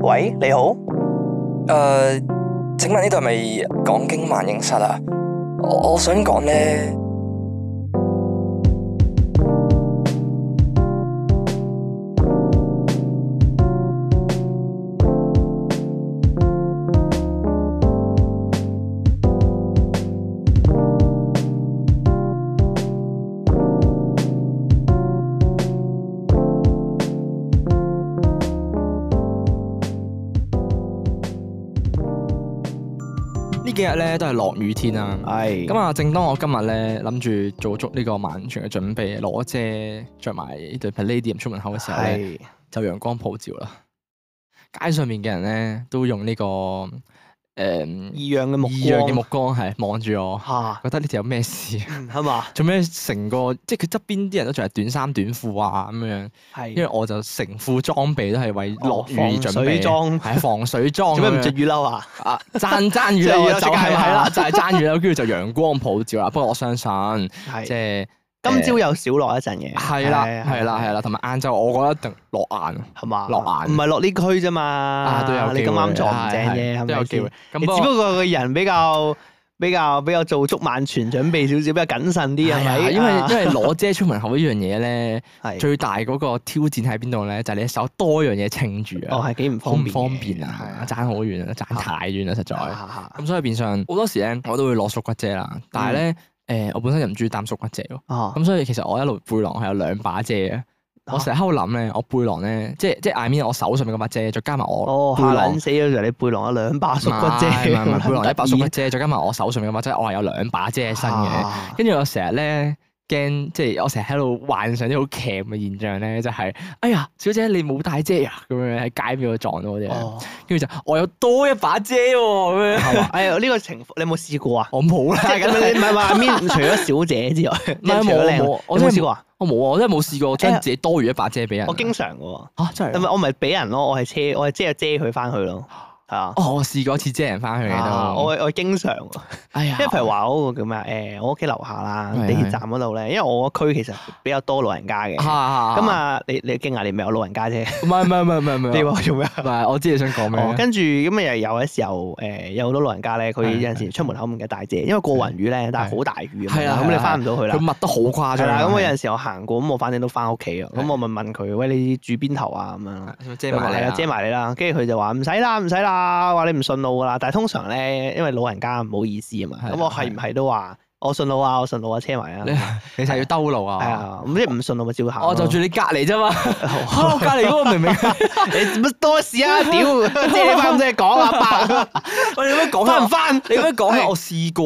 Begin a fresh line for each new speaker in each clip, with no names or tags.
喂，你好，
誒、呃請問呢度係咪講經萬應室啊？我我想講咧，
呢幾日咧都係落雨天啊。
係
咁啊，正當我今日咧諗住做足呢個萬全嘅準備，攞遮着埋對 Palladium 出門口嘅時候咧，
係
就陽光普照啦。街上面嘅人咧都用呢、個誒
異樣嘅目
異樣嘅
光
目光係望住我，
吓，
覺得呢條有咩事？
嗯係嘛，
做咩成個即係佢側邊啲人都仲係短衫短褲啊咁樣，因為
係
我就成副裝備都係為落雨而準
哦防水
備，
裝
係 防水裝咁 樣。
做咩唔着雨褸啊？
啊，爭爭雨
即係雨
啦，
啦
就
即刻
係
係
係
啦
啦，就係爭雨啦，跟住就陽光普照啦。不過我相信，即
係
係
今朝有少落一陣嘅，
係啦，
係啊
係啦，係啦，同埋晏晝我覺得一定落眼
係嘛，
落眼
唔係落呢區啫嘛，
啊，都有
你
機
咁
會
啱撞唔正
係
啫，係咪
係都有機會
先。
咁
你
不
只
過
不過個人比較比較比較做足萬全準備少少，比較謹慎啲係
係啊
咪？
因為
啊
因為攞遮出門口呢樣嘢咧，
係
最大嗰個挑戰喺邊度咧？就係你手多樣嘢撐住
哦
啊，
係幾唔
好
方
唔
便嘅，
方便啊，
係
爭好遠啊，爭太遠啦，實在。
啊
咁所以變相好多時咧，我都會攞縮骨遮啦。但係
嗯
咧，誒，我本身就唔中意擔縮骨遮喎。
啊
咁所以其實我一路背囊係有兩把遮嘅。我成日喺度諗咧，我背囊咧，即係即係 I mean 我手上面嗰把遮，再加埋
哦
我背
嚇
囊
撚，死咗！就你背囊有兩把縮骨遮，
唔係唔係唔 係背囊一把縮骨遮，再加埋我手上面嗰把遮，我係有兩把遮喺身嘅。
嘅。
跟住我成日咧驚，即係我成日喺度幻想啲好劇嘅現象咧，就係哎呀，小姐你冇帶遮啊，咁樣喺街邊度撞到嗰啲，
哦，
跟住就我有多一把遮喎，咁樣
係嘛？哎呀，呢個情況你有冇試過啊？
我冇
即係
啦，
咁你唔係 話面除咗小姐之外，
唔係
即係除咗靚
冇
女
冇，我
你有冇
真係
試
冇
過啊？
我冇啊，我真係冇試過我
哎呀
將自己多餘一把遮俾人。
我經常嘅喎，
嚇真
唔
係啊
係我唔係俾人咯，我係車，我係即係遮佢翻去咯，係啊。
哦，我試過一次遮人翻去嘅
啊我
都，
我經常，
哎呀
因為譬如話嗰個叫咩啊誒，我屋企樓下啦，
係
地鐵站嗰度咧，因為我個區其實比較多老人家嘅，
嚇
咁
嚇嚇
啊，你你驚訝你咪有老人家啫，
唔係啊唔係唔係唔係唔係，
你話我做咩啊？
唔係我知你想講咩？
哦，跟住咁啊，又有嘅時候，誒有好多老人家咧，
啊
佢有陣時出門口唔記得帶遮，因為過雲雨咧，但係好大雨啊
係啊
嘛，
係啊
咁你翻唔到去啦
佢。密得好誇
係
張
啦，
啊。
咁我有陣時我行過，咁我反正都翻屋企啊，
係
咁我咪問佢：喂，你住邊頭啊？咁樣。
係遮埋
係
你
啊
啊，
遮埋你啦。跟住佢就話唔使啦，唔使啦，話你唔順路噶啦。但係通常咧，因為老人家唔好意思啊嘛，
係啊
咁我係唔係都話我順路啊，我順路啊，車埋啊。
你你就係要兜路啊。
係，啊，咁即係唔順路咪照行咯。
我就住你隔離 啫嘛。嚇我隔離嗰個明明，
你乜多事啊？ 屌，遮你翻唔遮講啊，伯
喂你可唔可以講
翻
下
唔？ 翻？
你可唔可以講啊下？我試過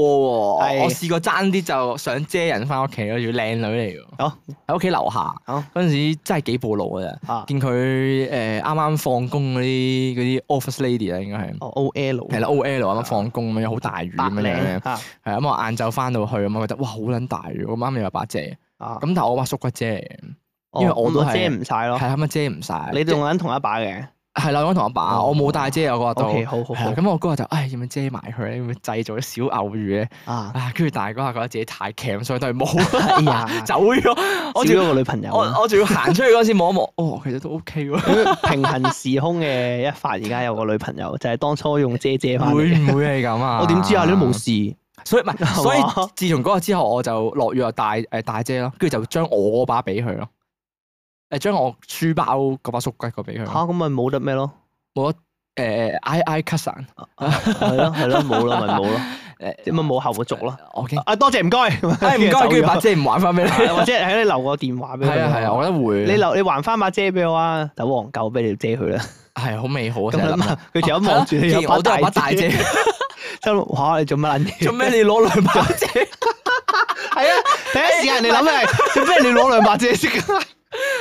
係
喎，我試過爭啲就想遮人翻屋企咯，仲要靚女嚟㗎。
好
喺屋企樓下
好
嗰陣時真係幾步路㗎
啊
咋，見佢呃誒啱啱放工嗰啲嗰啲 office lady 啊，應該係
哦，O L
係啦 O L 啊啱啱放工咁樣，好大雨
白
咁樣咧
領。啊
係咁我晏晝翻到去咁，我覺得哇好撚大雨，咁啱又有把遮，咁
啊，
但係我把縮骨遮嚟嘅，
哦
因為我都
咁
係
遮唔晒咯
係。啱啱遮唔晒。
你仲揾同一把嘅
係啦，我同阿爸，
哦
我冇帶遮我嗰
？O K，
度。
好好
係啦
好
咁我嗰日就，唉，要唔要遮埋佢咧？要唔要製造啲小偶遇咧？
啊！
啊，跟住但係嗰下覺得自己太強，所以都係冇
哎呀，
走咗。
少
我
咗
仲要
個女朋友
我
啊。
我仲要行出去嗰陣時望一望，哦，其實都 OK 喎。
平行時空嘅一發，而家有個女朋友，就係當初用遮遮翻嚟
會
嘅。
唔會係咁啊？
我點知啊？你都冇。事，
所以唔係，所以
係嘛
自從嗰日之後，我就落雨又帶誒帶遮咯，跟住就將我嗰把俾佢咯，誒將我書包嗰把縮骨個俾佢
嚇
咯，
咁咪冇得咩咯？
冇得誒 I I c u s i n
係咯係 咯，冇咯咪冇咯，咁
誒
咪冇後續咯。
我驚，
啊多謝唔該，
哎嗯 唔該，跟住把遮唔還翻俾你，
係
係
或者喺你留個電話俾佢。
啊係啊，我覺得會，
你留你還翻把遮俾我啊，等黃狗俾你遮佢啦。
係好美好啊，
咁
成日
諗
諗
下，佢條友望 住你
係啊既
有
然我都有把
把，
大遮，
心諗嚇你做乜撚嘢？
做咩你攞兩把 遮？
係啊，第一時間你諗
哎
係做咩？你攞兩把遮先㗎？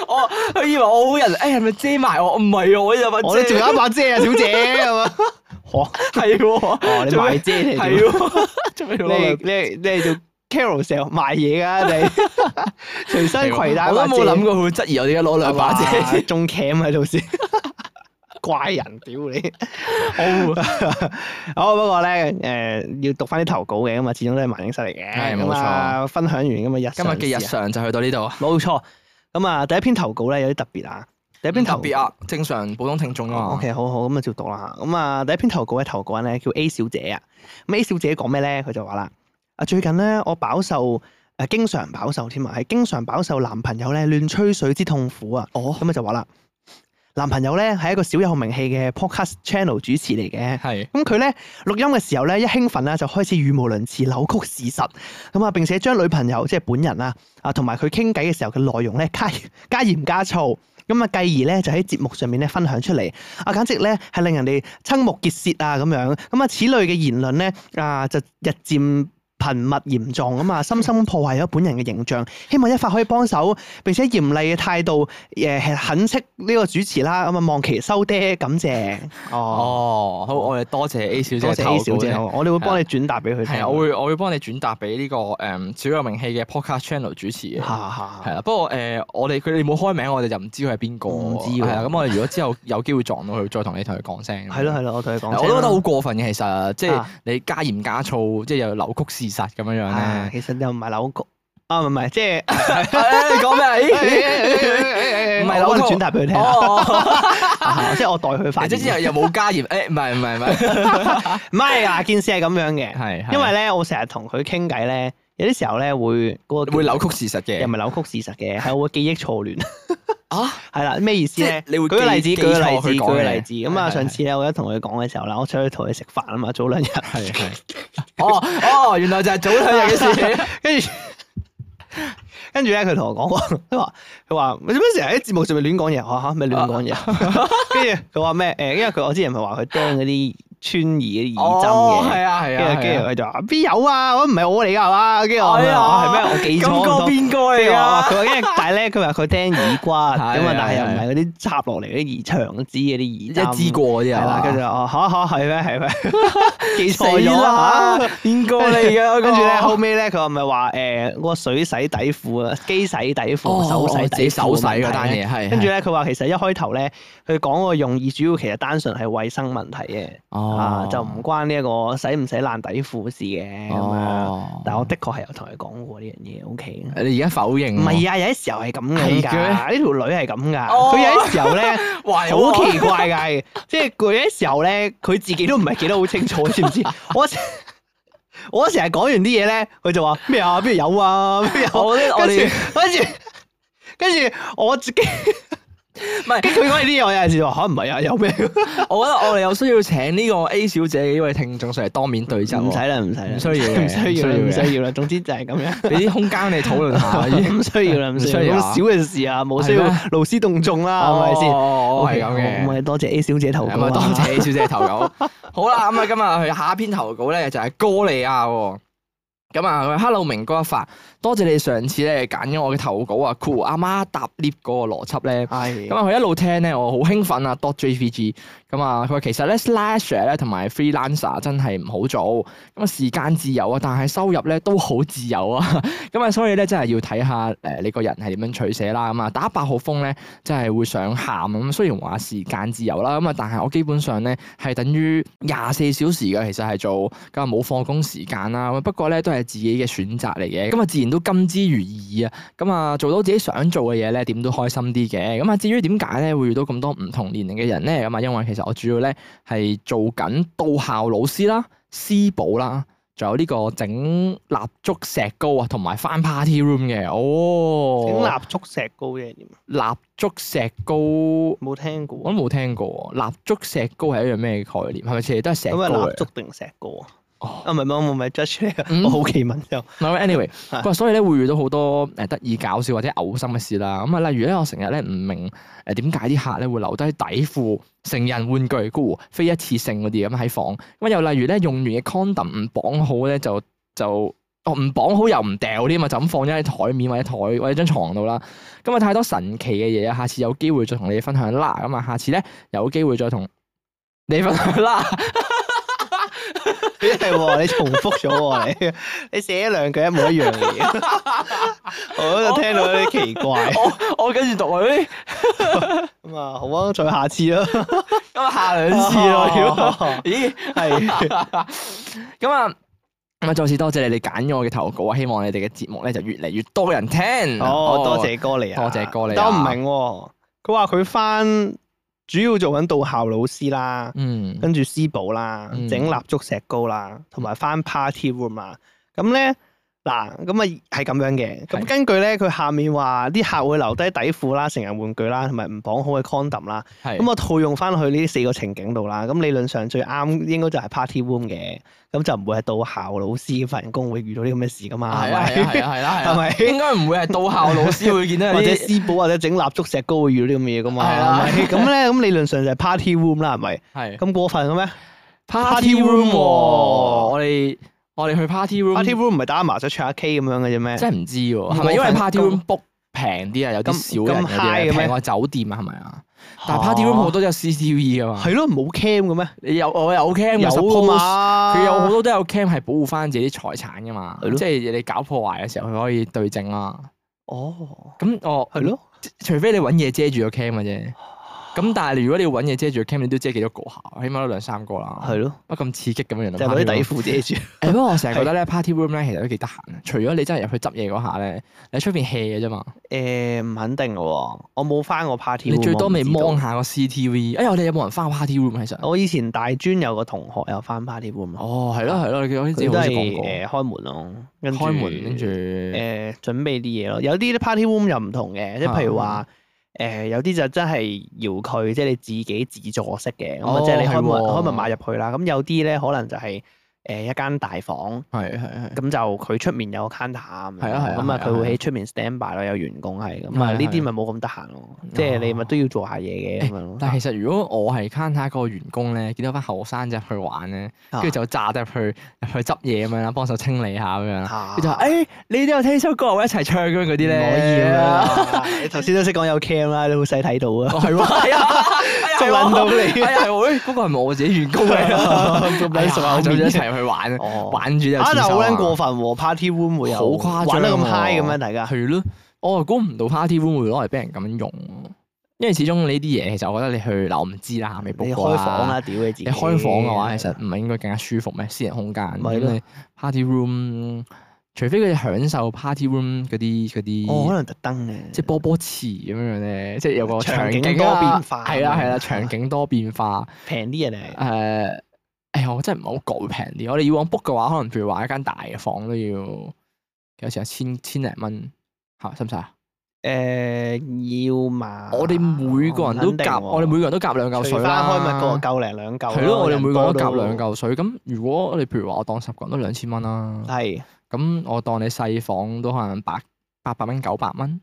我佢以為我好人，哎係咪遮埋我？唔係啊 我有把遮，
我哋仲有一把遮啊，小姐咁 啊！嚇
係
哦
喎，
你啊
做咩
買遮嚟做
係喎， 做咩攞兩
你你你做 carousel 賣嘢噶 你，隨身攜帶
我
把
都
遮
冇諗過佢會質疑我點解攞兩把遮
係嘛仲 cam 喺度 先，怪人屌你！
好
好不過咧，誒要讀翻啲投稿嘅，咁啊始終都係萬應室嚟嘅，
係冇
咁
錯
啊分享完咁啊日
今日嘅日
事啊
常就去到呢度。
冇錯。咁啊第一篇投稿咧有啲特別啊，第一篇
特
投
別啊，正常普通聽眾啊嘛。
O K，好好咁啊，照讀啦嚇。咁啊，第一篇投稿嘅投稿人咧叫 A 小姐啊。咁 A 小姐講咩咧？佢就話啦：啊，最近咧我飽受誒、經常飽受添啊，係經常飽受男朋友咧亂吹水之痛苦啊。
哦
咁啊就話啦，男朋友咧係一個小有名氣嘅 podcast channel 主持嚟嘅。
係
咁啊佢咧錄音嘅時候咧，一興奮啦，就開始語無倫次、扭曲事實咁啊！並且將女朋友即係本人啊，啊同埋佢傾偈嘅時候嘅內容咧加加鹽加醋，咁啊繼而咧就喺節目上面咧分享出嚟啊，簡直咧係令人哋瞠目結舌啊咁樣咁啊！此類嘅言論咧啊，就日漸頻密嚴重咁啊，深深破壞咗本人嘅形象。希望一發可以幫手，並且嚴厲嘅態度誒懇斥呢個主持啦，咁啊望其收爹，感謝哦。
哦，好，我哋多謝 A 小姐
多
嘅
謝 A
投
小
稿
姐，
先
好我哋會幫你轉達俾佢
係
聽。
啊，我會我會幫你轉達俾呢個誒小有名氣嘅 podcast channel 主持嘅。
嚇嚇
係啦，不過誒、我哋佢哋冇開名，我哋就唔知佢係邊個。
唔知
係
喎
啦，咁我哋如果之後有機會撞到佢，再同你同佢講聲。
係咯係咯，我同你講
我
聲
都覺得
啦
好過分嘅，其實即係
啊
你加鹽加醋，即係又扭曲事實咁樣樣
啊
咧。
其實又唔係扭曲啊，唔係唔係，即係
誒你講 咩？
唔
唔係
我
扭
幫
曲
你轉達俾佢聽啦，
哦，
啊即係我代佢發
你知之後
言。
又冇加鹽，誒唔係 唔係唔係，
唔係啊，件事係咁樣嘅，
係
因為咧，我成日同佢傾偈咧，有啲時候咧會嗰個
會扭曲事實
又唔
嘅。
係扭曲事實嘅，係我會記憶錯亂。
啊，
係啦，咩意思
即
咧
係？你會
舉個例子，
記
舉個例子，
記錯佢
舉
講
個
嘅
例子。咁啊，
係係
上次咧，我一同佢講嘅時候啦，我出去同佢食飯啊嘛，早兩日。
係係。哦哦，原來就係早兩日嘅 事。
跟住跟住咧，佢同我講話， 佢話佢話你做咩成日喺節目上面亂講嘢？我話嚇咩亂講
啊
嘢？ 跟住佢話咩？誒，因為佢我之前咪話佢釘嗰啲穿耳嘅耳
哦
針嘅。
係啊係
跟
啊。
住跟住佢就話邊有啊？我唔係我嚟㗎係嘛？跟住我話
哎呀
係咩？我記錯
咁
唔
個
通
邊個
跟
嚟
住我話
啊
佢？話，因為但係咧，佢話佢釘耳骨咁
係
啊，但係又唔
係
係嗰啲插落嚟嗰啲耳長枝嗰
一
啲耳針。
支過嗰
係
啲啊
啦，
嘛，
跟住我哦嚇嚇係咩係 咩？記
死
錯咗
啦
啦！，
邊個嚟 嘅？
跟住咧，後
尾
尾咧，佢話咪話誒嗰個水洗底褲啊，機洗底褲、手洗
哦自
底
己手
褲
洗
嘅問
嗰
題
單
咧
嘢係，
跟住咧，佢話其實一開頭咧，佢講個用意主要其實單純係衞生問題嘅，啊
哦
就唔關呢一個洗唔洗爛底褲事嘅咁樣。
哦
但我的確係有同佢講過呢樣嘢，OK。
你而家否認
唔
喎？
係啊，有啲時候係咁
嗯係
樣㗎，呢
嘅
條女係咁㗎，
哦
佢有啲時候咧。
哇，
好奇怪㗎，即係佢有啲時候咧，佢自己都唔係記得好清楚， 知唔知？我成我成日講完啲嘢咧，佢就話咩啊？邊度有啊？ 邊度有
我覺得
啊？
我
跟住
哋
跟住跟住我自己，
唔係
跟住佢講完啲嘢，我有陣時話吓唔係啊，有 咩？
我覺得我哋有需要請呢個 A 小姐呢位聽眾上嚟當面對質喎，
唔使啦，唔使啦，
唔需要嘅
唔需要啦，
唔
唔
需要嘅
需要啦。總之就係咁 樣。
俾啲空間你討論下。咦
唔需要啦，唔需要
唔需要
啦，
啊
咁少嘅事啊，冇需要
係咩
勞師動眾啦，係咪先？
哦，
Ờ,
係
OK，
咁
好咁
嘅。
咪多謝 A 小姐投稿
咁啊，
啊，
多謝 A 小姐投稿。好啦，咁啊，今日去下一篇投稿咧就係哥利亞喎。咁啊，佢話 Hello 明哥一發，多謝你上次咧揀咗我嘅投稿啊，酷阿媽搭 lift 嗰個邏輯 咧。
係
咁啊，佢一路聽咧，我好興奮啊！dot JPG 咁啊，佢話其實咧 slasher 咧同埋 freelancer 真係唔好做，咁啊時間自由啊，但係收入咧都好自由啊， 咁啊所以咧真係要睇下誒你個人係點樣取捨啦，咁啊打八號風咧真係會想喊咁，雖然話時間自由啦，咁啊但係我基本上咧係等於廿四小時嘅，其實係做咁啊冇放工時間啦，咁啊不過咧都係自己嘅選擇嚟嘅，咁啊自然都甘之如饴啊。咁啊，做到自己想做嘅嘢咧，點都開心啲嘅。咁啊，至於點解咧會遇到咁多唔同年齡嘅人咧？咁啊，因為其實我主要咧係做緊到校老師啦、私補啦，仲有呢個整蠟燭石膏啊，同埋翻 party room 嘅。哦，
整蠟燭石膏嘅點？
蠟燭石膏，我
冇聽過。
都冇聽過喎。蠟燭石膏係一樣咩概念？係咪其實都係石膏
咁啊，
嚟
蠟燭定石膏啊？
哦
啊，唔係唔係唔係 judge
嗯
嚟，我好奇問就
唔係，anyway，佢話啊所以咧會遇到好多誒得意搞笑或者嘔心嘅事啦。咁啊，例如咧，我成日咧唔明誒點解啲客咧會留低底褲、成人玩具、高非一次性嗰啲咁喺房。咁又例如咧，用完嘅 condom 唔綁好咧就就哦唔綁好又唔掉啲嘛，就咁放咗喺台面或者台或者張床度啦。咁啊，太多神奇嘅嘢啊！下次有機會再同你分享啦。咁啊，下次咧有機會再同你分享啦。
係喎，你重複咗喎，你 你寫兩句一模一樣嘅 嘢，我喺度聽到有啲奇怪
我我跟住讀佢
咁啊，好啊，再下次啦，
咁啊下兩次咯。如果
哦
咦？
係
咁啊，咁啊，再次多謝你哋揀咗我嘅投稿啊！希望你哋嘅節目咧就越嚟越多人聽。
哦，多謝哥你啊，
多謝哥你啊
但我唔明喎，佢話佢翻主要做緊導校老師啦，
嗯
跟住私補啦
嗯，
整蠟燭石膏啦，同埋翻 party room 啦。咁咧嗱，咁啊係咁樣嘅。咁
係
根據咧，佢下面話啲客會留低底褲啦、成人玩具啦，同埋唔綁好嘅 condom 啦。
係
咁我啊套用翻去呢四個情景度啦。咁理論上最啱應該就係 party room 嘅，咁就唔會係到校老師份工會遇到啲咁嘅事噶嘛，
係
係
啦係啦啊
咪？
係啦係啦，
係咪
應該唔會係到校老師會見到
或
有
者
啲
私寶或者整蠟燭石膏會遇到啲咁嘅嘢噶嘛，
係啦
係咪？咁咧咁理論上就係 party room 啦，係咪？
係
咁過分嘅咩
party room 喎，
喎
我哋我哋去 party room
？party room 唔係打麻雀唱下 K 咁樣嘅啫咩？
真係唔知
唔
喎，係咪因
過
為
分
party
咁
room book 平啲啊？有啲
咁
少人
咁
有啲
high
咧
嘅咩
平過酒店啊，係咪啊？但係 party room 好多都有 CCTV 噶嘛，
啊係咯，冇 cam 嘅咩？
你有我有 cam 㗎
有啊
suppose
嘛，
佢有好多都有 cam 係保護翻自己財產噶嘛，
係咯
即係你搞破壞嘅時候，佢可以對證啦。
哦，
咁我
係，咯，
除非你揾嘢遮住個 cam 嘅啫。咁但係你如果你要揾嘢遮住個 cam，你都遮幾多個下？起碼都兩三個啦。
係咯，
乜咁刺激咁樣樣？啊
就係攞啲底
party
褲遮住。
room 誒不過我成日覺得咧，party room 咧其實都幾得閒。啊除咗你真係入去執嘢嗰下咧，你喺出邊 hea 嘅啫嘛。
誒唔肯定嘅喎，我冇翻過 party room，
你最多咪
我唔知道哦
望下個 CCTV。哎呀，我哋有冇人翻 party room 其實？
我以前大專有個同學有翻 party room，啊
哦，係咯係咯，你好似
佢都
好似
係
講過。
誒開門咯，跟住
開門跟住
誒呃準備啲嘢咯。有啲啲 party room 又唔同嘅，即係譬如
啊
話誒有啲就真係遙距，即係你自己自助式嘅，咁
哦
啊即係你開門
係喎
開門買入去啦。咁有啲咧可能就係呃誒一間大房，
係係係。
咁就佢出面有個 counter 咁樣
係啊係啊
咁
係
啊
啊
佢會喺出面 stand by 咯，有員工係咁
係啊
啊呢
係
啲
啊哦
咪冇咁得閒咯，即係你咪都要做下嘢嘅咁樣咯。
但係其實如果我係 c o n t a 個員工咧，見到班後生仔入去玩咧，
啊
跟住就炸入去入去執嘢咁樣啦，幫手清理下咁樣啦。
啊
佢就話：誒，你都有聽首歌，我一齊唱咁樣嗰啲
唔
咧。
可以 啊！你頭先都識講有 cam 啦，你好細睇到啊，
哦，係喎，係 啊，
捉撚到
係
你。
啊，係喎，誒嗰個係咪我自己員工嚟 啊？
咁撚熟口
就
面
一齊去玩啊，
哦
玩住就
啊！
黐
但係
手
好
啊
撚過分喎，party room 會有
好誇張
玩得咁
喎
high 咁樣，大家
係咯，我又估唔到 party room 會攞嚟俾人咁樣用喎，因為始終呢啲嘢其實我覺得你去嗱，我唔知啦，未 book
你
過啊
開房啊啦，屌你自己！哦
你開房嘅話，其實唔係應該更加舒服咩？私人空間
咪
咁
係咯
你 party room，除非佢哋享受 party room 嗰啲嗰
哦，可
啲，
能特登嘅，
即係波波池咁樣樣咧，即係有個
場景
景
多
啊
變化
係啦係啦，
啊
場景多變化。
平啲人
啊
嚟。
誒，哎呀，我真係唔係好講平啲。我哋以往 book 嘅話，可能譬如話一間大嘅房都要有時候啊千千零蚊，嚇，使唔使啊？
誒要嘛？
我哋每個人都夾，我哋每個人都夾兩嚿水
除翻
啦。
開咪個夠零兩嚿。
係咯，我哋每個人都夾兩
人多
嚿水。咁如果你譬如話我當十個人都兩千蚊啦
都。，係
咁我當你細房都可能百八百蚊九百蚊，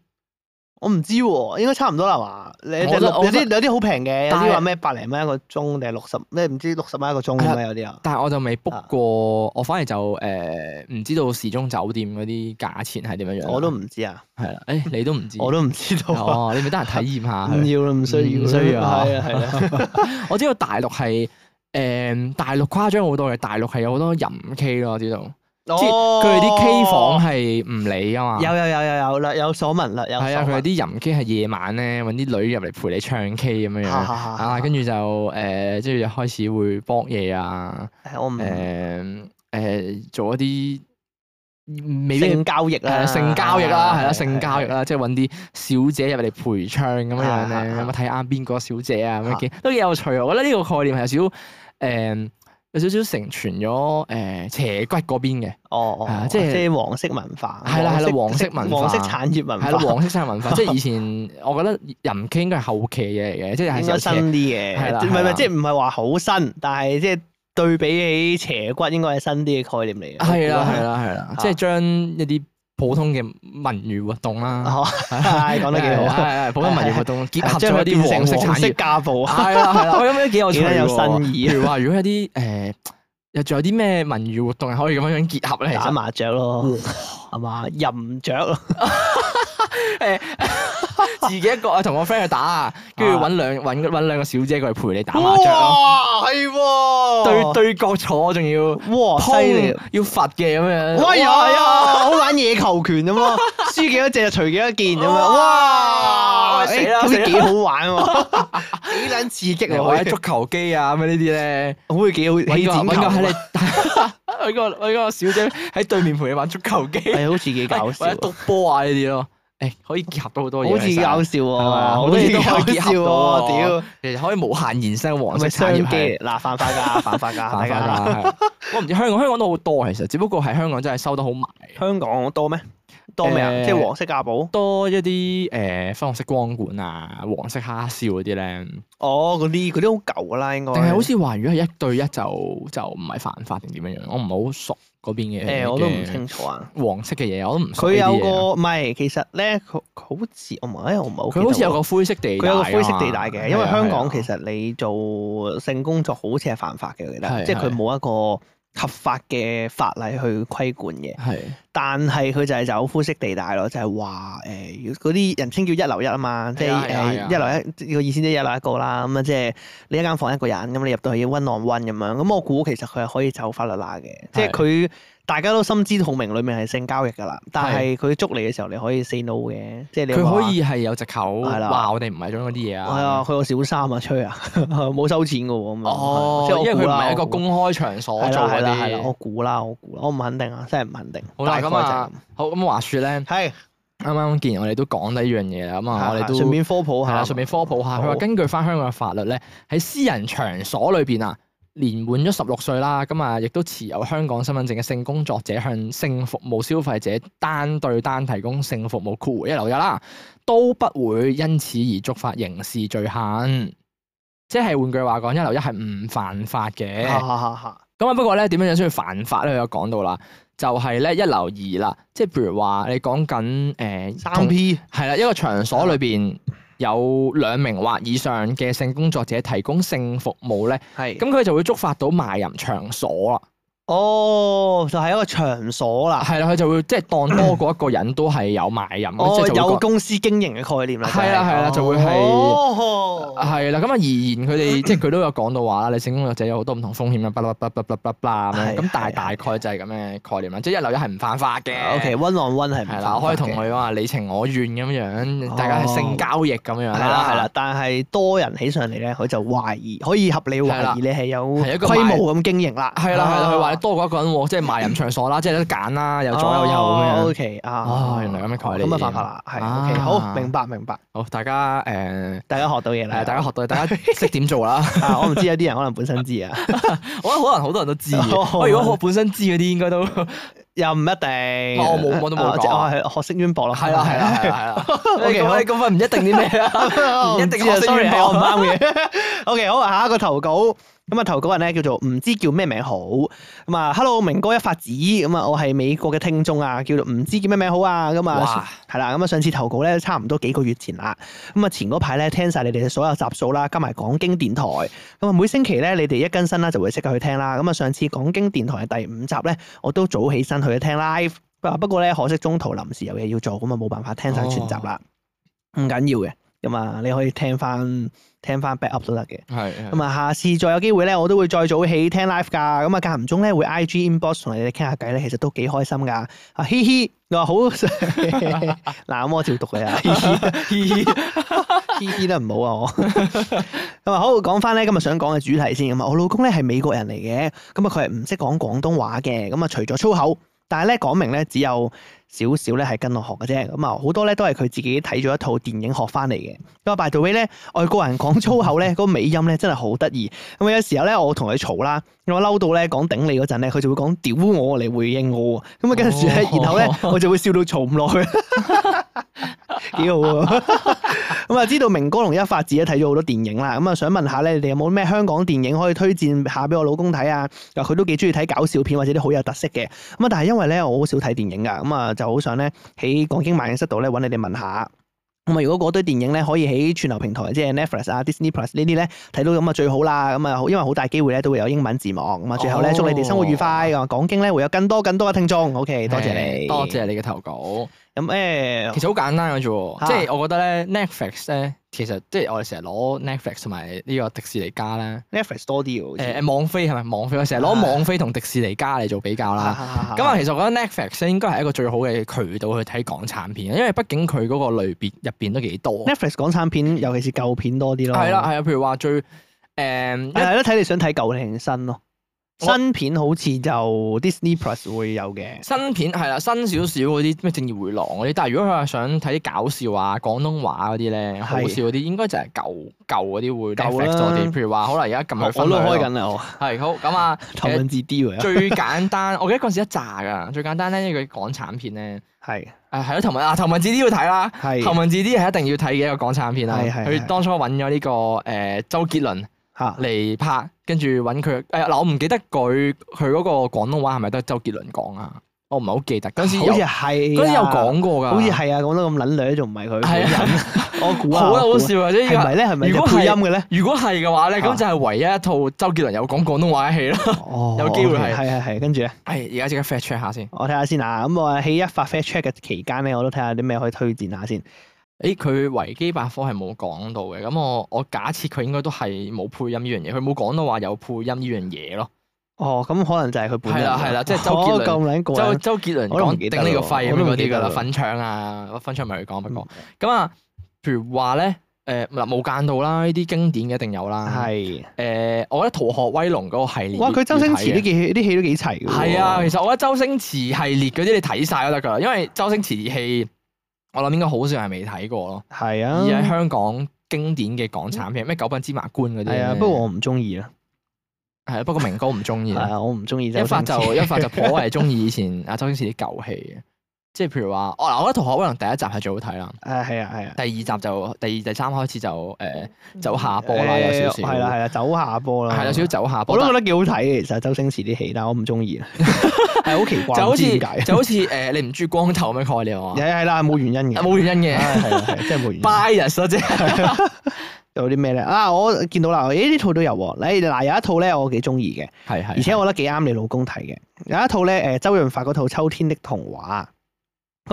我唔知喎，應該差唔多啦嘛。你
我
有
覺得
啲
我
有
覺
啲有啲好平嘅，有
但係
啲話咩百零蚊一個鐘定係六十咩唔知六十蚊一個鐘咁
係
啊有啲啊。
但係我就未 book
啊
過，我反而就呃誒唔、知道時鐘酒店嗰啲價錢係點樣樣啦。
我都唔知啊，
係啦，誒、你都唔知，
我都唔知道啊。
哦，你咪得閒體驗下
唔
佢。
要啦，唔需要
唔
啦，
需要啊
係啊係啊。
我知道大陸係誒、大陸誇張好多嘅，大陸係有好多淫 K 咯，我知道，即係佢哋啲 K 房係唔理噶嘛。
有有有有有啦，有所聞啦，有
係啊，佢哋
啲
啲淫 K 係夜晚咧揾啲女入嚟陪你唱 K 咁樣樣。啊，跟住就誒，即係又開始會搏嘢啊，
我唔嗯
誒誒，做一啲未必
性啊交易啦，
誒性交易啦，係啦，
係
性交易。啦，即係揾啲小姐入嚟陪唱咁樣樣
啊
咧，
啊
咁啊睇啱邊個小姐啊，咁
啊
樣幾都幾有趣啊！我覺得呢個概念係有少少誒。有少少成傳咗誒斜骨嗰邊嘅，
哦
係啊
哦，
即
即
係
係即係黃色文化，
係啦係啦黃色文化
黃色產業文
係啦，
化，
黃色衫文化，即係以前我覺得淫傾應該係後期嘅嘢嚟嘅，即係係
應
有
該
斜
新啲嘅，
係啦
唔係
係
唔
啦
係，即係唔係話好新，但係即係對比起斜骨，應該係新啲嘅概念嚟嘅。
係啦，係啦，係啦，
啊
即係將一啲普通嘅文娛活動啦，
哦，係講得幾
係
好啊，
係係普通文娛活動結合
將
咗
佢
一
變
啲黃色
成
產
黃色
業，
家暴啊，
係啦 係啦，我覺得幾有趣
幾得有
喎。
新意
譬
啊，
如話，如果有啲誒，又仲有啲咩文娛活動係可以咁樣樣結合咧？其
打
實
麻雀咯，係嘛，淫雀咯。
自己一個啊，同我 friend 去打啊，跟住揾兩揾揾兩個小姐過嚟陪你打麻雀咯，
哇，係
對
喎，
對角坐仲要
哇，犀利哎
通！要罰嘅咁樣。
喂呀
哇
呀，好玩野球拳咁 咯，輸幾多隻就除幾多件咁樣，
哇
哇！
死
誒
啦
好
死啦
似幾好玩喎，幾撚刺 激啊！
或
我
者
覺
足
得
球機啊咁樣呢啲咧。
好似幾好起
揾個
展
揾個喺
球
你
啊，
揾個揾個小姐喺對面陪你玩足球機，
哎係好似幾搞笑
或者
啊。
篤波啊呢啲咯。誒可以結合到好多嘢。
好似
其實
搞笑喎，
係嘛好
好
多
似
嘢都可以
搞
結合
笑
到啊
喎，屌！
其實可以無限延伸
係
黃色
咪
產
商
業
機
係
嚟嗱，犯法 㗎，犯法㗎，大
大家
家。
我 唔知香港，香港都好多其實，只不過係香港真係收得好埋，
香港多咩？多咩啊？
誒
即係黃色架寶。
多一啲誒、呃粉紅色光管啊、黃色蝦燒嗰啲咧，
哦，嗰啲嗰啲好舊㗎啦，應該。
定係好似話如果係一對一就就唔係犯法定點樣樣？我唔係好熟嗰邊嘅。
誒，我都唔清楚啊。
黃色嘅嘢，我都唔熟
佢
呢啲嘢啊
有個唔係，其實咧，佢佢好似我唔係，我唔係好記得
佢好似有
喎
個灰色地帶
佢
㗎嘛，
有個灰色地帶嘅，因為
係啊
香港其
係啊
實你做性工作好似係犯法嘅，我記
係
得，即係
係
佢冇一個合法嘅法例去規管嘅。
係
但係佢就係走灰色地帶咯，就係話誒嗰啲人稱叫一樓一啊嘛，即係
係啊係啊係啊
誒一樓一個意思即係一樓一個啦，咁啊即係你一間房一個人，咁你入到去要 one on one 咁樣，咁我估其實佢係可以走法律罅嘅，即係佢大家都心知肚明裡面係性交易㗎啦，但係佢捉你嘅時候你可以 say no 嘅，即係你
佢
話
可以係有藉口
係啦
話我哋唔係做緊嗰啲嘢
係啊，
啊。
佢有小三啊，吹啊， 冇收錢嘅喎咁樣。
哦，
係啊即係我
因
估
為佢唔
啦
係一
我
個
估
公開場所
係
做
啦係
嗰
啦係啦，我
啲。
估啦我估啦，我唔肯定啊，真係唔肯定。
好啦，
大概
咁啊
就，
好咁話說咧，
係，
啱啱既然我哋都講得呢樣嘢啦，咁啊，我哋
係
都
順便科普
係
下，
啦，順便科普下。佢話
啊好
根據翻香港嘅法律咧，喺私人場所裏邊啊，年滿咗十六歲啦，咁啊，亦都持有香港身份證嘅性工作者向性服務消費者單對單提供性服務括弧一流一啦，都不會因此而觸發刑事罪行。即係換句話講，一流一係唔犯法嘅。
哈哈哈哈
咁啊，不過咧點樣樣先要犯法咧？佢有講到啦，就係、咧一流二啦，即係譬如話你講緊誒
三 P
係啦，一個場所裏邊有兩名或以上嘅性工作者提供性服務咧，
係
咁佢就會觸發到賣淫場所啦。啊
哦，就係一個場所啦。
係啦，佢就會即係當多過一個人都係有賣淫，
哦
即係，就會
有
覺
公司經營嘅概念啦。哦
係啦係啦就會係
係
係啦，咁啊，而言佢哋即係佢都有講到話啦，你性工作者有好多唔同風險啦，啊巴拉巴拉巴拉巴拉咁樣，
係
咁但
係
係
啊
大概就係咁嘅概念啦，即係一流一係唔犯法嘅。
O K one on one 係唔
係
犯
啦，我可
法
以同
嘅
佢話你情我願咁樣，大家係性
哦
交易咁樣
係啦係啦，，但係多人起上嚟咧，佢就懷疑可以合理
係啦
懷疑你係有
係一個
規模咁經營啦。
係啦係啦，佢話
啊
你多過一個人喎，即係賣淫場所啦，即係有得揀啦，有左有右咁
O
樣。
K 啊，
哦原來咁嘅概念
咁啊犯法啦，係
啊
O K，好明白明白，
好，大家誒啊
大家學到嘢啦，
誒，大家學 到，大家識點做啦。
啊，我唔知有啲人可能本身知啊，
我覺得可能好多人都知嘅，
哦
我如果我本身知嗰啲應該都
又唔一定，我
哦我冇我都冇講
我
啊
哦係學識淵博咯，
係啦係啦啊係啦係啦。你
OK，好
講你講份唔一定啲咩啊？
我
唔 一
唔
定
知啊
學識淵博
，sorry 係我唔啱嘅。OK，好， 啊下一個投稿。咁啊，投稿人咧叫做唔知叫咩名好。咁啊，Hello 明哥一發子，咁啊，我係美國嘅聽眾啊，叫做唔知叫咩名好啊。咁
哇
啊，係啦，咁啊，上次投稿咧差唔多幾個月前啦。咁啊，前嗰排咧聽晒你哋嘅所有集數啦，加埋講經電台。咁啊，每星期咧你哋一更新啦就會即刻去聽啦。咁啊，上次講經電台嘅第五集咧，我都早起身去聽 live。不過咧，可惜中途臨時有嘢要做，咁啊冇辦法聽晒全集啦。唔緊要嘅，咁啊你可以聽翻聽翻 back up 都得嘅。
係
咁啊，下次再有機會咧，我都會再早起聽 live 㗎。咁啊，間唔中咧會 IG inbox 同你哋傾下偈咧，其實都幾開心㗎。啊，嘻嘻，你話好 嗱，咁我照讀 你啊，嘻嘻。 嘻嘻得唔好啊我。咁啊好，講翻咧今日想講嘅主題先咁啊，我老公咧係美國人嚟嘅，咁啊佢係唔識講廣東話嘅，咁啊除咗粗口，但係咧講明咧只有少少咧係跟我學嘅啫，咁啊好多咧都係佢自己睇咗一套電影學翻嚟嘅。咁啊 by the way 咧，外國人講粗口咧嗰個尾音咧真係好得意。咁啊有時候咧我同佢嘈啦，我嬲到咧講頂你嗰陣咧，佢就會講屌我嚟回應我喎。咁啊跟住咧，
哦
然後咧我就會笑到嘈唔落去，幾好啊！咁啊，知道明哥同一發子咧睇咗好多電影啦，咁啊想問下咧，你哋有冇咩香港電影可以推薦下俾我老公睇啊？嗱，佢都幾中意睇搞笑片或者啲好有特色嘅，咁啊但係因為咧我好少睇電影㗎，咁啊就好想咧喺講經萬應室度咧揾你哋問下。咁啊，如果嗰堆電影咧可以喺串流平台，即係 Netflix 啊、Disney Plus 呢啲咧睇到咁啊最好啦。咁啊，因為好大機會咧都會有英文字幕。咁啊，最後咧
哦
祝你哋生活愉快。啊，講經咧會有更多更多嘅聽眾。OK，多謝你，
多。謝你嘅投稿。
咁誒
其，實好簡單嘅啫喎，
啊
即係我覺得咧 Netflix 咧，其實即係我哋成日攞 Netflix 同埋呢個迪士尼加咧，
Netflix 多啲喎。
誒誒網飛係咪網飛？我成日
啊
攞網飛同迪士尼加嚟做比較啦。
咁
咁啊，其實我覺得 Netflix 咧應該係一個最好嘅渠道去睇港產片，因為畢竟佢嗰個類別入邊都幾多。
Netflix 港產片，尤其是舊片多啲咯。
啊係啦，係啊，譬如話最誒一
係啦，睇你想睇舊定新咯。
我
新片好似就 Disney Plus 會有嘅，
新片係啦，新少少嗰啲咩正義回廊嗰啲，但係如果佢係想睇啲搞笑啊、廣東話嗰啲咧，好笑嗰啲，應該就係舊舊嗰啲會
舊
Netflix
啦
多啲。譬如話，可能而家撳
我
去
我
分
都
開
開
咯
緊啦，我，
係好咁啊
頭文字 D 喎，
最簡單， 我記得嗰陣時一炸㗎，最簡單咧，因為佢港產片咧，
係
誒係咯，頭文啊頭文字 D 要睇啦，頭
係
文字 D 係一定要睇嘅一個港產片啦。
係係
佢
係
當初揾咗呢個誒周杰倫。
嚇
嚟拍，跟住揾佢誒嗱，我唔記得佢佢嗰個廣東話係咪都係周杰倫講啊？我唔係好記得嗰陣時有
好似
嗰
係
陣時有
啊
講過㗎，
好似係啊，講得咁撚女仲唔係佢
係啊
本人？我估啊，
好
我
啦
估
好笑啊！即係依
係咪
家
啊咧？係咪
如果
有
係
配音嘅咧？
如果係嘅話咧，咁就係唯一一套周杰倫有講廣東話嘅戲咯。
哦
有機會係
係係係，跟住咧，
係而家即刻 fact check 下先。
我睇下先啊。咁我喺一發 fact check 嘅期間咧，我都睇下啲咩可以推薦下先。
誒，佢維基百科係冇講到嘅，咁我我假設佢應該都係冇配音呢樣嘢，佢冇講到話有配音呢樣嘢咯。
哦，咁可能就係佢本人
係啦係啦即係周杰
哦
倫
咁撚過
周
癮。
周杰倫
我都
講
唔記得
頂呢個
啦
肺咁
我都唔
嗰
記
啲
得嗯
㗎啦，
啦
粉腸啊，粉腸咪佢講不過咁啊，譬如話咧，誒嗱無間道啦，呢啲經典嘅一定有啦。
係
誒，我覺得《逃學威龍》嗰個系列，
哇！佢周星馳啲
啲
戲啲戲都幾齊嘅喎。
係啊，其實我覺得周星馳系列嗰啲你睇晒都得㗎啦，因為周星馳戲我諗應該好少人未睇過咯，
係
而喺
啊，嗯
香港經典嘅港產片，咩《九品芝麻官》嗰啲
係
咧
啊。不過我唔中意啦，
係啊不過明哥唔中意
係
啦。
啊，我唔中意周星
一發
馳。
就一發就頗為中意以前阿周星馳啲舊戲嘅，即係譬如話，哦嗱，我覺得《逃學威龍》第一集係最好睇啦，
誒係啊係啊，
第二集就第二第三開始就誒、呃走下坡啦，有少
誒
少
係啦係啦，走下坡啦。
係啦，有少少走下坡，
我都覺
覺
得幾好睇嘅，其實周星馳啲戲，但係我唔中意， 係好奇怪，
就好
唔知
似
點解？
就好似誒、呃你唔中意光頭咁嘅概念 啊
係，係啦，冇原因嘅，
冇原因
係
嘅
係係真係冇原因。
bias 咯，即係
有啲咩咧？啊，我見到啦，咦呢套都有喎。誒嗱，有一套咧我幾中意嘅，
係係，
而且我覺得幾啱你老公睇嘅。有一套咧誒周潤發嗰套《秋天的童話》。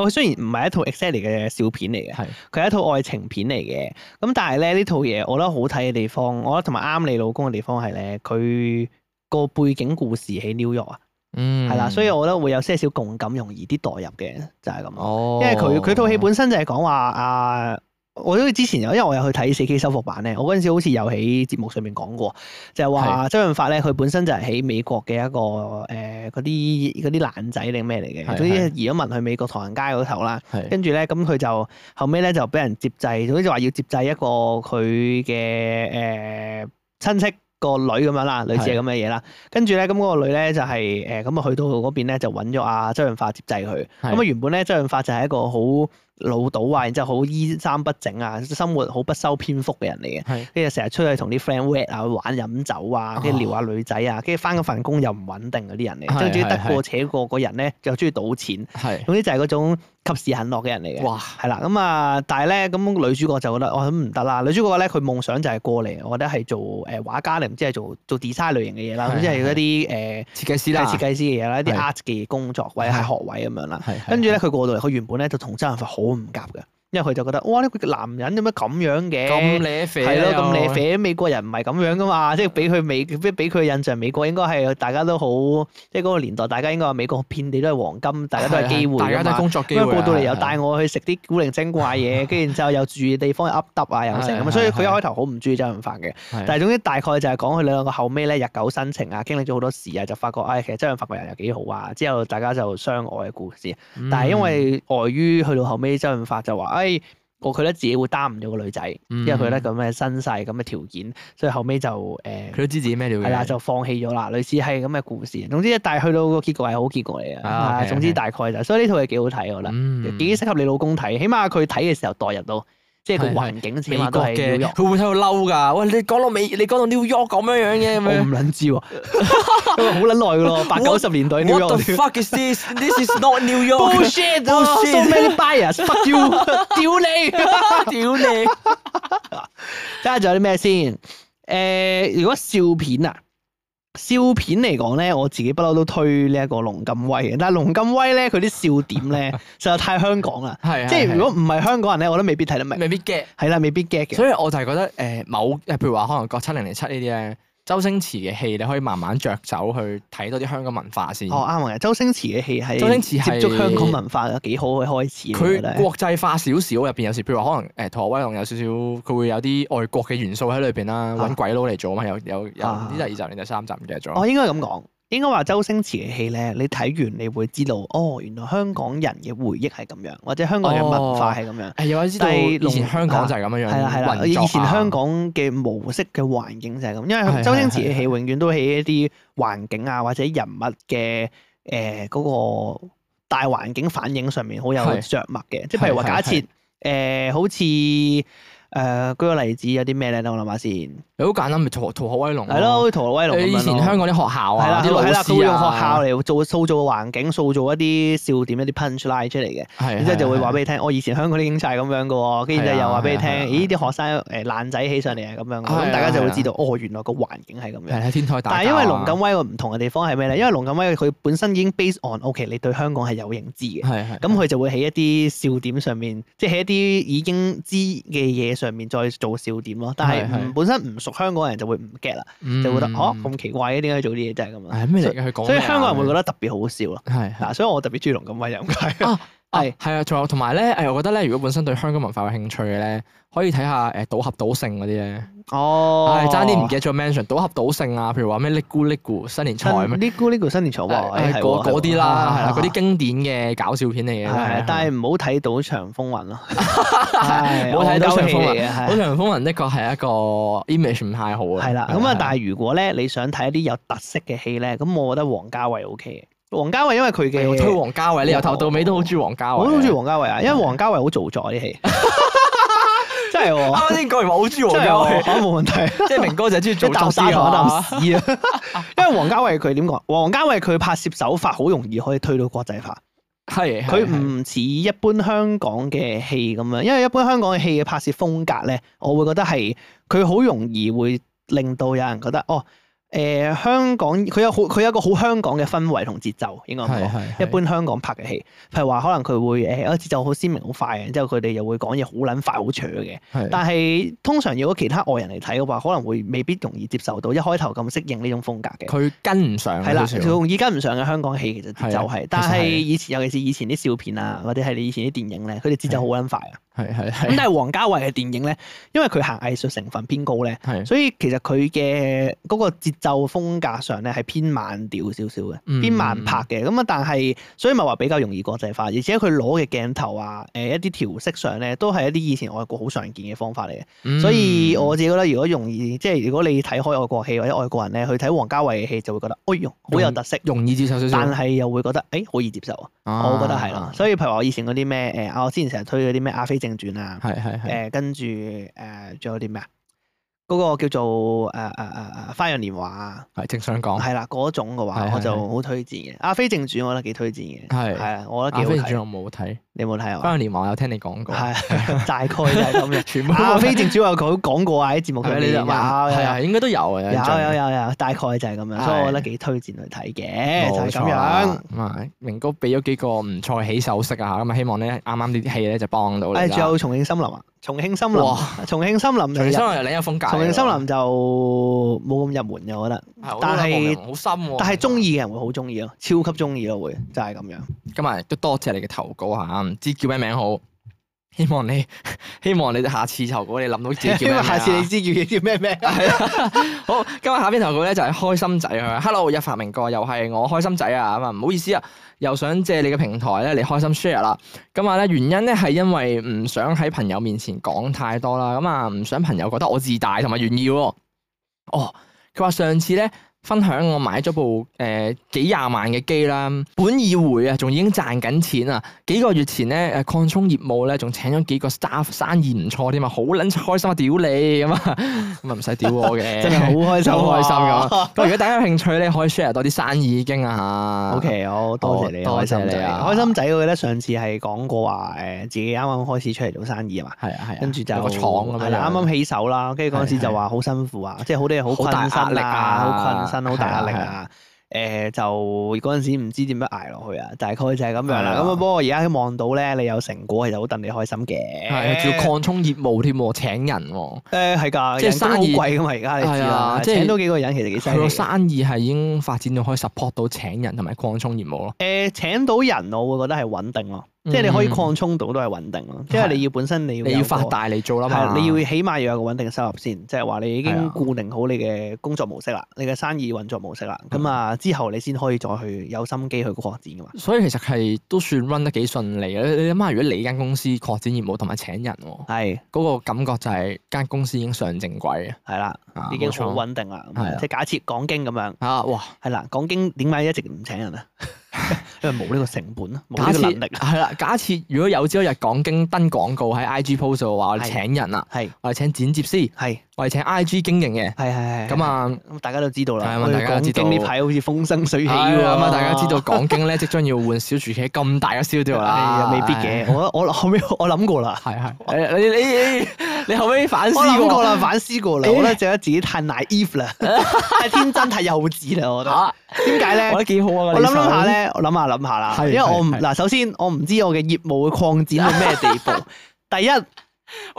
佢雖然唔係一套 exactly 嘅笑片嚟嘅，
係
佢係一套愛情片嚟嘅。咁但係咧呢套嘢，我覺得好睇嘅地方，我覺得同埋啱你老公嘅地方係咧，佢個背景故事喺 New York 啊。
嗯
係啦，所以我覺得會有些少共感，容易啲代入嘅，就係咁咯。
哦
因，為佢佢套戲本身就係講話啊，我都之前有，因為我有去睇四 K 修復版咧，我嗰陣時好似有喺節目上面講過，就係話周潤發咧，佢本身就係喺美國嘅一個誒嗰啲嗰啲爛仔定咩嚟嘅，
係
總之
係
移咗民去美國唐人街嗰頭啦。
係
跟住咧，咁佢就後尾咧就俾人接濟，總之就話要接濟一個佢嘅誒呃親戚個女咁樣啦，類似係咁嘅嘢啦。跟住咧，咁嗰個女咧就係誒咁啊，去到嗰邊咧就揾咗阿周潤發接濟佢。
係
咁啊，原本咧周潤發就係一個好老到啊，然之後好衣衫不整啊，生活好不修邊幅嘅人嚟嘅。
係哦
跟住成日出去同啲 friend wet 啊，玩飲酒啊，跟住撩下女仔啊，跟住翻嗰份工又唔穩定嗰啲人嚟，
係
即係中意
係
得過且過嗰人咧，就中意賭錢。
係
總之就係嗰種及時行樂嘅人嚟嘅。
哇
係啦，咁啊，但係咧，咁女主角就覺得，哦，咁唔得啦。女主角咧，佢夢想就係過嚟，我覺得係做誒畫家定唔知係做做 design 類型嘅嘢啦，
係
咁即係
係
一啲誒
設計師
設
啦，
設計師嘅嘢啦，一啲
係
art 嘅工作或者係
係
學位咁樣啦。
係係
跟住咧，佢過到嚟，佢原本咧就同周潤發好唔夾嘅，因為佢就覺得，哇，呢個男人點解咁樣嘅？
咁咧哦啡
係咯，咁你
啡，
啡美國人唔係咁樣噶
嗯
嘛，即係俾佢美，俾俾佢印象美國應該係大家都好，即係嗰個年代，大家應該話美國遍地都係黃金，大家都係機會
大家
㗎
都係
嘛。
工作機
咁
會
啊
啊，
過到嚟又
係
帶我去食啲古靈精怪 嘢，跟住然之後又住嘅地方又噏耷啊又成咁
係
啊，所以佢一
係
開頭好唔中意周潤發嘅。
係嗯
但係總之大概就係講佢兩個後尾咧日久生情啊，經歷咗好多事啊，就發覺唉、其實周潤發個人又幾好啊，之後大家就相愛嘅故事。
嗯
但係因為礙於去到後尾，周潤發就話唉。我佢咧自己會擔唔咗個女仔，因為佢咧
嗯
咁嘅身世、咁嘅條件，所以後尾就誒
佢都知自己咩料嘅，
係啦，就放棄咗啦。類似係咁嘅故事。總之，但係去到個結局係好結局嚟嘅。
啊
啊
OK，
總之
OK
大概就，所以呢套嘢幾好睇我覺得。
嗯
幾適合你老公睇，起碼佢睇嘅時候代入到，即係個
係係
環境起
美
碼都
國
係
嘅，
紐約
佢會喺度嬲㗎。喂，你講到美，你講到 New York 咁樣樣嘅咁
我唔
樣。
撚知喎，因為好撚耐㗎咯，八九十年代 New
What the
York。
fuck is this? This is not New York！
Bullshit 哦
啊
so many bias，fuck you，屌你！
屌你！
睇下仲有啲咩先？誒，如果笑片啊，笑片嚟講咧，我自己不嬲都推呢一個龍咁威嘅，但係龍咁威咧，佢啲笑點咧 實在太香港啦，
係啊
即係如果唔係香港人咧，我都未必睇得明，
未必 get，
係啦，未必 get 嘅。
所以我就係覺得誒某誒，譬如話可能國七零零七呢啲咧，周星馳嘅戲，你可以慢慢着手去睇多啲香港文化先。
哦啱嘅，周星馳嘅戲係
周星馳係
接觸香港文化嘅幾好嘅開始嚟嘅
佢
咧
國際化少少，入邊有時譬如話可能誒《逃學威龍》有少少，佢會有啲外國嘅元素喺裏邊啦，
啊
揾鬼佬嚟做嘛，有有有
啊
呢第二集定第三集唔記得咗。
我哦應該咁講，應該話周星馳嘅戲咧，你睇完你會知道，哦，原來香港人嘅回憶係咁樣，或者香港
哦
人嘅文化係咁樣。
誒有啲知道
但係
以前
龍
香港就係咁樣樣
係啦係啦，以
運作啊
前香港嘅模式嘅環境就係咁，因為
係
周星馳
係
嘅
係
戲永遠都喺一啲環境啊或者人物嘅誒嗰個大環境反應上面好有
係
着墨嘅，即係譬如話
係
假
係
設誒好似誒舉個例子有啲咩咧，等我諗下先，
你好簡單，咪逃逃學威龍咯
係咯，好似《逃學威龍》咁
你以
樣
前
咯
香港啲學校
係啦，
啊，啲老
係啦，佢會
師
用學校
啊，
嚟做塑造個環境，塑造一啲笑點、一啲 punch line 出嚟嘅，
係
然之後就會話
係
俾你聽，哦我以前香港啲警察係咁樣嘅喎，跟住就
係啊
又話俾你聽，
係啊
咦啲學生誒爛仔起上嚟係咁樣嘅，
係啊
咁大家就會
係啊
知道，哦原來個環境係咁
係
樣。
啦，天台大。啊
但係因為龍錦，威個唔同嘅地方係咩咧？因為龍錦威佢本身已經 base on OK，你對香港係有認知嘅，
係係
咁佢就會喺一啲笑點上面，即係喺一啲已經知嘅嘢上面再做笑點咯。但係
係
唔
係
本身唔熟香港人就會唔 get 啦，
佢
就會覺得哦咁奇怪嘅，點解佢做啲嘢真係咁啊？
係嗯咩嚟嘅？佢講
所以香港人會覺得
得
特別好笑咯。
係係
嗱，所以我特別中意龍咁威飲解。
啊
係
係係啊，仲有同埋咧，誒，我覺得咧，如果本身對香港文化有興趣嘅咧，可以睇下誒賭俠賭聖嗰啲咧，
哦
係爭啲唔記得咗 mention 賭俠賭聖啊，譬如話咩叻咕叻咕新年財咩，
呢個呢個新年財
誒
喎，
誒
嗯係
嗰
喎
嗰啲啦，係啦，嗰。
係
啲
喎
經典嘅搞笑片嚟嘅，
係係，但係唔好睇到《長風 雲》咯，係
唔好睇到
戇鳩
長
戲
風雲
嚟嘅，係
賭場風雲的確係一個 image 唔太好啊。
係啦。咁啊，但
係
係如果咧你想睇一啲有特色嘅戲咧，咁我覺得王家衛 O K 嘅。王家衛因為佢
係我啊推
嘅，
王家衛，你由頭到尾都好中意王家衛。
我都好中意王家衛啊，因為王家衛好做作啲 戲，真係喎，
啊啱啱先講完話好中意王
真係
家
喎
衛，
嚇冇問題。
即係明哥就係中
一
意 做
啖
作
沙
啲
同一啖
啊。
屎啊！ 因為王家衛佢點講？王家衛佢拍攝手法好容易可以推到國際化，
係
佢唔似一般香港嘅戲咁樣，因為一般香港嘅戲嘅拍攝風格咧，我會覺得係佢好容易會令到有人覺得哦，誒、香港佢有好佢有一個好香港嘅氛圍同節奏，應該咁講。一般香港拍嘅戲，譬如話可能佢會誒個節奏好鮮明好快嘅，然之後佢哋又會講嘢好撚快好搶嘅。但係通常如果其他外人嚟睇嘅話，可能會未必容易接受到一開頭咁適應呢種風格嘅。
佢跟唔上啊
係啦，
少
就
少
容易跟唔上嘅香港戲其實
係啊
節奏係，但
其實
係
係
以前尤其是以前啲笑片啊，或者係你以前啲電影咧，佢哋節奏好撚快啊。
係係
咁
係
但係王家衛嘅電影咧，因為佢行藝術成分偏高咧，
係
所以其實佢嘅嗰個節奏風格上咧係偏慢調少少嘅，
嗯
偏慢拍嘅。咁啊，但係所以咪話比較容易國際化，而且佢攞嘅鏡頭啊，誒一啲調色上咧，都係一啲以前外國好常見嘅方法嚟嘅。
嗯
所以我自己覺得，如果容易，即係如果你睇開外國戲或者外國人咧，去睇王家衛嘅戲就會覺得，哎呦，好有特色，
容易接受少少，啊
但係又會覺得，誒，好易接受啊。我覺得係咯。所以譬如話我以前嗰啲咩啊誒，我之前成日推嗰啲咩《阿飛正傳》啊，
係係係
誒跟住誒仲有啲咩啊？嗰個叫做誒誒誒誒《花樣年華》啊，
係正想講，
係啦嗰種嘅話
哦係，係
我就好推薦嘅。《阿飛正傳》我覺得幾推薦嘅，
係
係啊，我覺
阿
得
飛
幾
正
好
傳
睇。
我冇睇，
你有冇睇
《
啊？
花樣年華》我有聽你講過，
係啊 大概就係咁樣。
全部
阿飛正傳我佢講過啊，喺節目
係
裏面
啊
有
你就
有
係
有
啊，應該都有嘅印象
有有有有，大概就係咁樣，所以我覺得
係
幾推薦去睇嘅，就
冇
係
錯
咁樣
啦。咁啊，明哥俾咗幾個唔錯嘅起手式啊，咁啊，希望咧啱啱呢啲戲咧就幫到你啦。
誒，仲有重慶森林啊，重慶森林
哇，
重慶森林就
重慶
入
森林又另一個風格嚟喎。
重慶森林就冇咁入門嘅，我覺得。
係，
但
但
係
係好深喎。
但係中意嘅人會好中意咯，超級中意咯，會就係咁樣。
今日都多謝你嘅投稿嚇，唔知叫咩名好。希望你希望你下次投稿你諗到自己叫
因
咩
為
名
下次你
啊。
知叫嘢叫咩咩，
係啊，好，今日下邊投稿咧就係開心仔佢話，Hello，一發明哥又係我開心仔啊，咁啊唔好意思啊，又想借你嘅平台咧嚟開心 share 啦。咁啊咧原因咧係因為唔想喺朋友面前講太多啦，咁啊唔想朋友覺得我自大同埋炫耀喎。哦，佢話上次咧。分享我買咗部誒、呃、幾廿萬嘅機啦，本以為啊仲已經賺緊錢啊，幾個月前咧誒擴充業務咧，仲請咗幾個 staff，生意唔錯添啊，好撚開心啊！屌你咁啊，咁啊唔使屌我嘅，
真係好 開心，
好開心咁。咁如果大家有興趣咧，可以 share 多啲生意經啊嚇。
O K，我多謝你，
好
開心
多謝
仔。
你啊
開心仔，我記得上次係講過話誒，自己啱啱開始出嚟做生意啊嘛，
係啊係啊，
跟住就
有個廠咁
係
樣，
啦，啱啱起手啦，跟住嗰陣時
係係啊
就話好辛苦啊，即係好多嘢好
好大
困身
壓力
啊，
啊
好困身，好大壓力
係啊
啊。誒就嗰陣時唔知點樣捱落去啊，大概就係咁樣
係
啦。
啊
咁啊，不過而家望到咧，你有成果其實好戥你開心嘅。
係啊仲要擴充業務添喎，請人喎，
誒係㗎，
即係
人工好
生意
貴㗎嘛，而家你知
係
啦
啊，即係
請到幾個人其實幾犀
佢
利
個
嘅。
生意係已經發展到可以 support 到請人同埋擴充業務咯。
誒請到人，我會覺得係穩定咯，
嗯
即係你可以擴充到都係穩定咯，因為你要本身你要
你要
有個
發大嚟做啦嘛，
係你要起碼要有個穩定收入先，即係話你已
係
經
啊
固定好你嘅工作模式啦，你嘅生意運作模式啦，
嗯
咁啊之後你先可以再去有心機去擴展噶嘛。
所以其實係都算 run 得幾順利嘅。你你諗下，如果你間公司擴展業務同埋請人喎，
係
嗰個感覺就係間公司已經上正軌
係啦，
啊，
已經
冇錯
好穩定啦。咁
係
啊
啊
即係假設講經咁樣，
啊！哇，
係啦，講經點解一直唔請人啊？ 因為冇呢個成本啊，冇
假
呢個
設
能力啊。
係啦，假設如果有朝一日講經登廣告喺 IG post 嘅話，我哋
係
請人啦，
係
我哋請剪接師，
係
我哋請 IG 經營嘅，
係係係。
咁啊。
咁大家都知道啦，
係啊
我
大
哋
家都
講
知道
經呢排好似風生水起
係
喎。
啊咁啊！大家知道講經咧，即將要換小廚企咁大嘅 studio
係
啦，
啊，未必嘅。我我後尾我諗過啦。
係。係係，你你你你後尾反思
我諗過
過
啦，反思過啦，
誒
我覺得覺得自己太 naive 啦，太天真、太幼稚啦，我覺得。
嚇，
點解
啊我
咧？
覺得幾好 啊！
我諗諗下，咧，我諗下諗下啦，
係
因為我唔
係係
嗱，首先我唔知我嘅業務會擴展到咩地 步。第一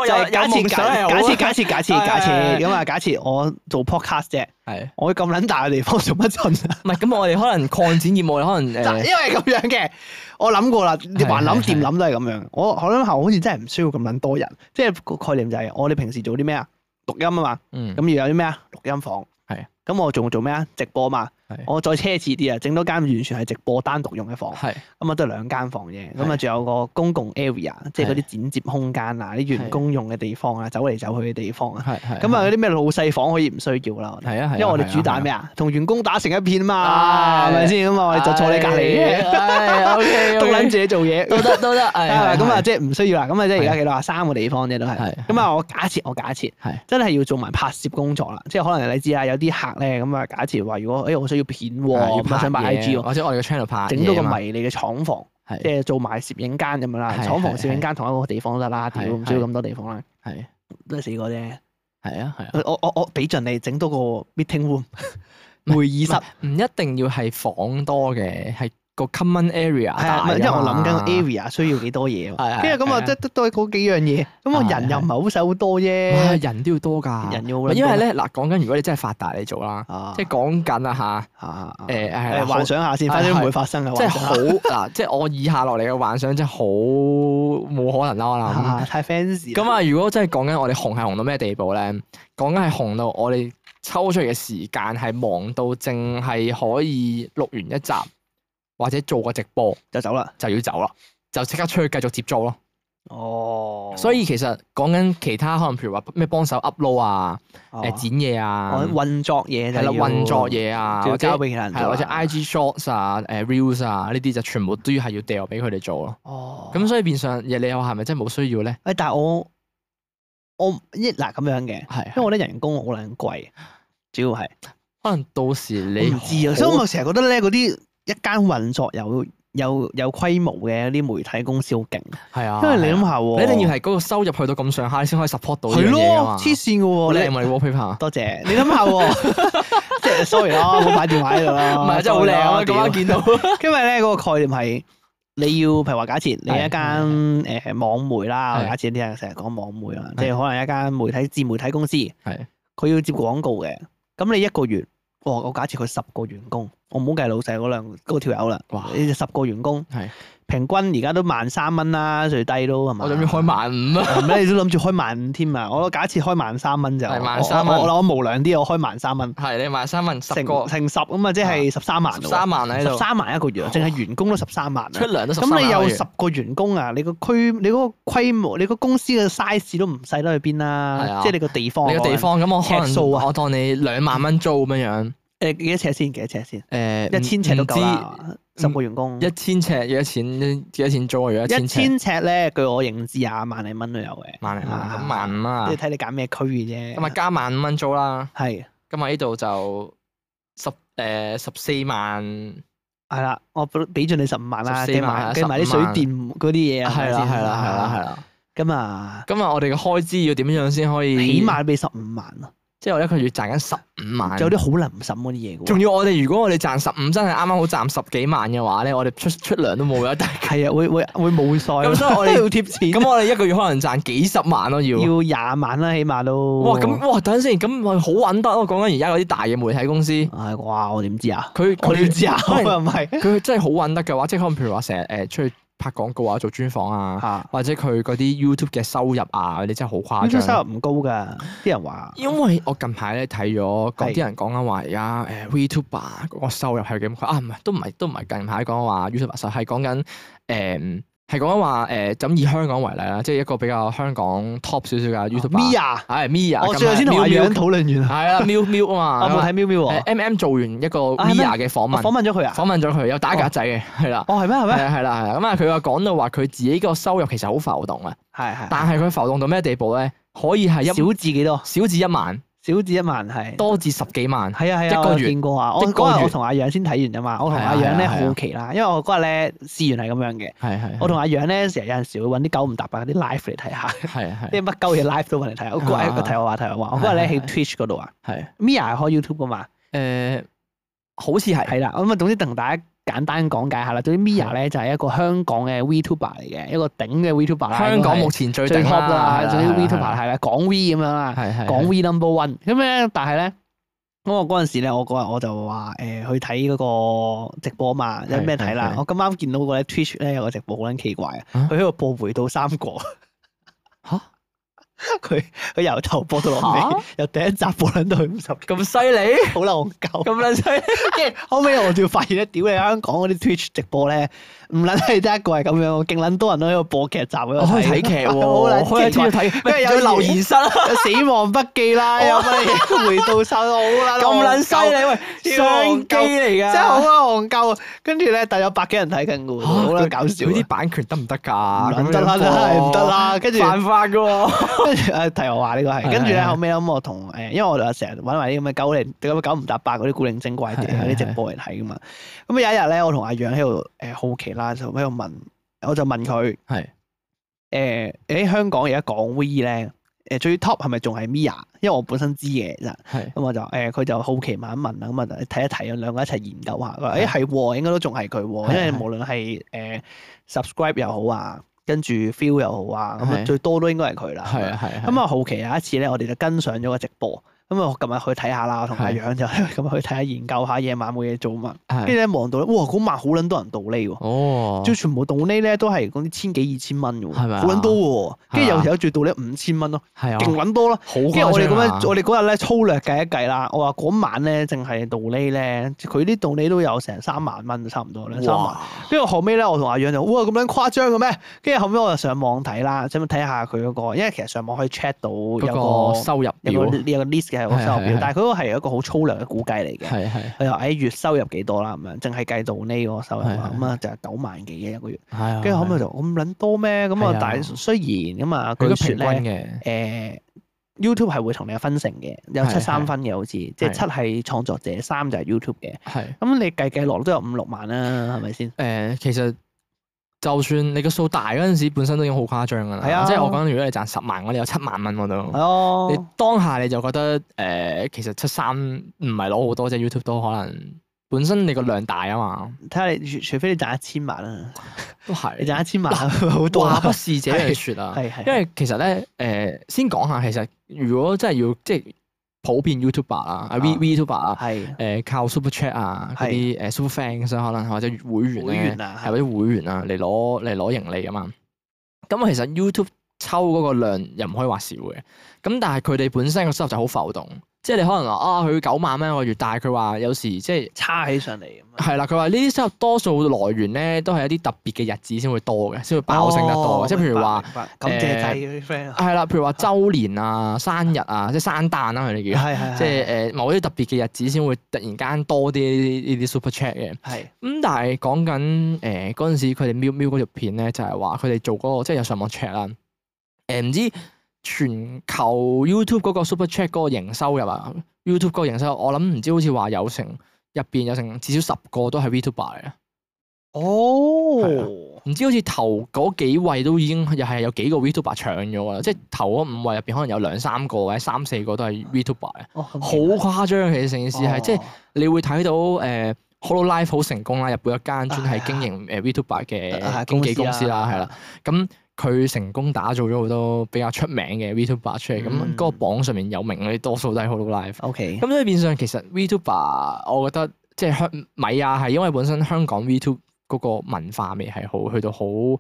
就係假設假
啊
假設假設假 設假
係係
設咁啊，假設我做 podcast 啫，
係
我去咁撚大嘅地方做乜 春啊？
唔係咁？我哋可能擴展業務，可能
嗱，
誒
因為咁樣嘅，我諗過啦，你
係
還諗
係
掂諗都係咁樣。我我諗下，我好似真係唔需要咁撚多人，即係個概念就係我哋平時做啲咩啊？錄音啊嘛。
嗯
咁要有啲咩啊？錄音房
係。
咁我仲做咩啊？直播嘛
係。
我再奢侈啲啊，整多間完全係直播單獨用嘅房，
係
咁啊都係兩間房啫。咁啊
係
仲有個公共 area，即係嗰啲剪接空間啊，啲員工用嘅地方啊，走嚟走去嘅地方啊。
係係
咁啊嗰啲咩老細房可以唔需要啦，我哋
係啊係啊，
因為我哋主打咩啊？同員工打成一片嘛，
唉
係咪先？咁啊我哋就坐你隔離，
係 OK，
獨撚自己做嘢。
都得都得，係
啊咁啊，
即
即係唔需要啦。咁啊，即係而家幾多啊？三個地方啫，都係。
係
咁啊，我假設我假設
係
真係要做埋拍攝工作啦，即係可能你知啦，有啲客咧咁啊，假設話如果誒我需要片喎，咁啊想擺 IG 喎，
或者我哋嘅 channel 拍
整到個
嘢嘛，啊
迷你嘅廠房，
係
即係做埋攝影間咁樣啦，
係
廠房
係
攝影間同一個地方都得啦，屌
係
唔需要咁多地方啦，
係
都係四個啫。
係啊係啊，
我我我俾盡你整多個 meeting room
唔係
會議室，
唔一定要係房多嘅，係個 common area
係啊，
大
唔係因為
㗎
我諗緊
嘛
個 area 需要幾多嘢喎，
係係
因為咁啊，
係
即係都係嗰幾樣嘢，咁我
係啊
人又唔係好手多啫，
哇
人
人都要多㗎，
要
唔
好撚
係因為
多
咧嗱，講緊如果你真係發達你做啦，
啊
即係講緊啊嚇。
啊啊
誒係啦
誒幻想下先，
好
反正唔
係
會發生嘅，
即係
幻想下
好 嗱，即係我以下落嚟嘅幻想真係好冇可能啦，我諗。
啊太 fans
咁啊，如果真係講緊我哋紅係紅到咩地步咧？講緊係紅到我哋抽出嚟嘅時間係忙到淨係可以錄完一集或者做個直播
就走啦。
就要走啦，就即刻出去繼續接租咯。
哦
所以其實講緊其他可能譬如話咩幫手 upload 啊、誒
誒
剪嘢啊
我、運作嘢就
係啦
哦要
運作嘢啊，
就
或
要
者
交俾其他人
係
做，
或者 IG Shorts 啊、誒 Reels 啊呢啲就全部都要係要掉俾佢哋做咯。
哦
咁所以變相，你又話係咪真係冇需要咧？
喂，但係我我一嗱咁樣嘅，因為
係，啊
我覺得人工好撚貴，主要係
可能到時
我
你
唔知啊，所以我咪成日覺得咧嗰啲一間運作有有有規模嘅啲媒體公司好勁，
係啊，
因為你諗下
係啊
喎，
你一定要係嗰個收入去到咁上下，你先可以 support 到呢
係
樣嘢啊
咯
嘛。
黐線嘅
好
喎，
靚
你
喎你 wallpaper，唔啊
多謝你諗下喎， 即係 sorry 啦，冇擺電話喺度啦，
係真係好
sorry
靚啊！咁
啦
啱見到，
因為咧嗰個概念係你要，譬如話假設你一
係嗯
間誒網媒啦，
係
假設啲人成日講網媒啦，
係
即係可能一間媒體自媒體公司，
係
佢要接廣告嘅，咁你一個月，我我假設佢十個員工，我唔好計老細嗰兩嗰條友啦，
哇
你十個員工
係，
平均而家都萬三蚊啦，最低都係嘛？
我諗住開萬五 啊！
係咪，你都諗住開萬五添啊！我假設開萬三蚊就，
係萬
我
三蚊
我我我無良啲，我開萬三蚊，
係你萬三蚊十
成
個
成十咁啊，即係十三萬喎，
十三萬喺
十
度，哦
三萬一個月啊，淨係員工都十三萬啊
出糧都十三
咁
萬
你
一個
有
月
十個員工啊，你個區你嗰個規模，你個公司嘅 size 都唔細得去邊
係
啦，
啊
即係你個地方。
你個地方咁，我可
尺數啊
能我當你兩萬蚊租咁樣樣，
誒幾多尺先？幾多尺先？
誒
一千尺都夠。
唔唔
啦，十個員工
知。一千尺幾多錢？幾多錢租啊？如果一
一
千尺
千尺咧，據我認知啊，萬零蚊都有嘅。
萬零蚊，咁
啊
萬五啊
即係！睇你揀咩區嘅啫。
咁啊加萬五蚊租啦。
係
咁啊呢度就十誒十四萬，
係啦，我俾俾盡你十五萬啦，
14
計
萬
埋計埋啲水
15
電嗰啲嘢啊，咪先
係啦。
咁啊，
咁啊，我哋嘅開支要點樣先可以？
起碼俾十五萬啊，
即係我一個月賺緊十五萬。
有啲好臨審嗰啲嘢嘅喎。
仲要我哋如果我哋賺十五真係啱啱好賺十幾萬嘅話咧，我哋出出糧都冇 一大家。
係啊，會會會冇晒。
咁所 以我哋
要貼錢，
咁我哋一個月可能賺幾十萬咯要。
要廿萬啦，起碼都。
哇！咁哇，等陣先，咁咪好揾得咯。講緊而家嗰啲大嘅媒體公司，
唉，哇！我點知啊？
佢
我點知啊？ 我
可能
又唔係
佢真係好揾得嘅話，即係可能譬如話成日誒出去拍廣告啊、做專訪 啊，
嚇。
或者佢嗰啲 YouTube 嘅收入啊，嗰啲真係好
咁所
誇張。
以收入唔高㗎，啲人話。
因為我近排咧睇咗嗰
係
啲人講緊話，而家誒 VTuber 嗰個收入係幾咁貴啊？唔係都唔係都唔係近排講話 VTuber 收入係講緊誒係講緊話誒，就咁以香港為例啦，即係一個比較香港 top 少少嘅
哦
VTuber。
Mia，
係啊 Mia，
哦我最後先同阿楊討論完啊，
係啦，Miu Miu 啊
我
嘛，
冇睇喵喵
誒
喎，
M M 做完一個
啊係咩
Mia 嘅訪
我
問，
訪問咗佢啊。
訪問咗佢，有打格仔嘅，係啦。
哦，係咩？係
係
咩？
啊，係啦，係啦。咁啊，佢又講到話佢自己個收入其實好浮動啊，
係係。
但係佢浮動到咩地步咧？可以係一
少至幾多？
少至一萬，
少至一萬係。
多至十幾萬。
係啊係啊，
一個
我
月
見過啊！我
一個
嗰日
月
我同阿楊先睇完啫嘛，我同
係啊
阿楊咧
係啊嗯係啊
好奇啦，因為我嗰日咧試完係咁樣嘅，
係係
我同阿楊咧成日有陣時會揾啲九唔搭八嗰啲 live 嚟睇下，
係係
啲乜鳩嘢 live 都揾嚟睇。我嗰日
啊
我睇我話睇我話，我嗰日咧
係
喺
係
Twitch 嗰度啊
係
，Mia 係開 YouTube 噶嘛，
誒，好似係
係啦。咁啊，總之同大家簡單講解下啦。總之 Mia 咧就係一個香港嘅 VTuber 嚟嘅，一個頂嘅 VTuber 啦。
香港
應該係
目前最
最
頂
top 啦，總之 VTuber
係啊
係啦，港 V 咁樣啦。
係係
講 V number one 咁咧，但係咧，咁我嗰陣時咧，我嗰日我就話誒、呃去睇嗰個直播啊嘛，有咩睇啦
係？係
我咁啱見到個咧 Twitch 咧有個直播好撚奇怪啊
啊，
佢喺度播回到三國，
嚇
佢佢由頭播到落尾
嚇，
由第一集播撚到去五十，
咁犀利，
好撚戇鳩。
咁撚犀利。
跟住後尾我就發現咧，屌你香港嗰啲 Twitch 直播咧，唔撚係得一個係咁樣，勁撚多人都喺度播劇集喺度
我可以睇劇 喎，
好
我可以
撚奇怪
睇劇，咩
咩有
有留言室啊？
有死亡筆記啦，有乜嘢回到手好啦，
哦 咁撚犀利喂，
超
商
戇鳩
機嚟㗎，
真係好啦，戇鳩啊！跟住咧，但有百幾人睇緊嘅喎，
嚇
好啦，
佢
搞笑啊。
佢啲版權得唔得
唔撚
㗎？
得啦，
咁樣
真係唔得啦。
播
跟住
犯法㗎喎。
跟住誒題外話呢個係，
係
跟住咧
係係
後尾咁我同誒，因為我哋成日揾埋啲咁嘅九零咁嘅九唔搭八嗰啲古靈精怪嘅
係係
嗰啲直播嚟睇噶嘛。咁有一日咧，我同阿楊喺度誒好奇啦，就喺度問，我就問佢
係
誒喺香港而家講 V 咧誒最 top 係咪仲係 Mia？因為我本身知嘅其實。
係
咁我就誒，佢就好奇問一問啦，咁啊就睇一睇，兩個一齊研究下。佢話誒係喎，應該都仲係佢喎，因為
係係
無論係誒 subscribe 又好啊，跟住 feel 又好啊，咁啊
係
最多都應該係佢啦。
係啊係啊。
咁啊好奇有一次咧，我哋就跟上咗個直播，咁啊我琴日去睇下啦，我同阿
係
楊就 琴日去睇下研究下，夜晚冇嘢做嘛。
啊
跟住咧望到咧，哇！嗰晚好撚多人到呢喎。
哦
即係全部到呢咧都係嗰啲千幾二千蚊嘅喎，
係咪啊
好撚多喎，跟住
係啊
又有最到呢五千蚊咯，
係啊，
勁撚多咯。
好
跟住我哋咁
誇張啊
樣，我哋嗰日咧粗略計一計啦，我話嗰晚咧淨係道呢咧，佢啲道呢都有成三萬蚊差唔多兩三萬。
哇
跟住後尾咧，我同阿楊就哇咁樣誇張嘅咩？跟住後尾我就上網睇啦，想睇下佢嗰個，因為其實上網可以 check 到有
嗰個
個
收入
有個
表，
有個 list 嘅有個收入
係係
表
係，
但係佢嗰個係一個好粗略嘅估計嚟嘅。
係係
佢話誒哎月收入幾多啦咁樣，淨係計到呢個收入啊
係係
咁啊就係九萬幾嘅一個月。
係啊。
跟住後尾
係
就咁撚多咩？咁
係
啊
啊
但係雖然咁啊，
佢
據
都
說
平均
咧。
嘅，
誒、YouTube 呃係會同你有分成嘅，有
係
七三分嘅好似，即係七係創作者，三就係 YouTube 嘅。
係
咁你計計落都有五六萬啦，係咪先？
誒，其實。就算你個數大嗰陣時，本身都已經好誇張㗎啦。
係啊
即係我講，如果你賺十萬，我哋有七萬蚊我都。
係哦
你，當下你就覺得誒、呃其實七三唔係攞好多啫，YouTube 都可能本身你個量大啊嘛，
睇下你除除非你賺一千萬啦，
都係
你賺一千萬 好多
話
啊，
不是者嚟説啊，
係係
因為其實咧誒、呃先講下其實如果真係要即係普遍 YouTuber 啦、啊 V VTuber 啊，
係
誒、靠 Super Chat 啊嗰啲誒 Super Fans 啊可能或者會員
會
咧
員，啊，
係
係
或者會員啊嚟攞嚟攞盈利啊嘛。咁其實 YouTube 抽嗰個量又唔可以話少嘅，咁但係佢哋本身個收入就好浮動，即係你可能話啊佢九萬蚊一個月，但係佢話有時即係
叉起上嚟咁啊。
係啦，佢話呢啲收入多數來源咧都係一啲特別嘅日子先會多嘅，先會爆升得多嘅，
哦
即係譬如話。，呃
明白明白感謝祭嗰啲 friend 啊，
係啦，譬如話周年啊、生日啊，即係生誕啦，佢哋叫，
係係
即係誒某啲特別嘅日子先會突然間多啲呢啲 super chat 嘅。
係
咁但係講緊誒嗰陣時，佢哋喵喵嗰條片咧，就係話佢哋做嗰、個即係有上網 check 啦。誒、呃唔知全球 YouTube 嗰個 Super Check 嗰個營收入啊，YouTube 嗰個營收入，我諗唔知好似話有成入邊有成至少十個都係 Vtuber 嚟嘅。
哦。
啊唔知好似頭嗰幾位都已經又係有幾個 Vtuber 搶咗啦，即係頭嗰五位入邊可能有兩三個或者三四個都係 Vtuber 嘅，
哦，
好誇張其實成件事係即係
哦
你會睇到誒 Hololive 好成功啦，日本有間專係經營誒 Vtuber
哎啊
嘅呃經紀公司啦，係啦，，咁佢成功打造咗好多比較出名嘅 Vtuber 出嚟，咁
嗯哦
嗰個榜上面有名嗰啲多數都係 Hololive。
O K，
咁所以變相其實 VTuber，我覺得即係香米亞係因為本身香港 VTube 嗰個文化未係好去到好誒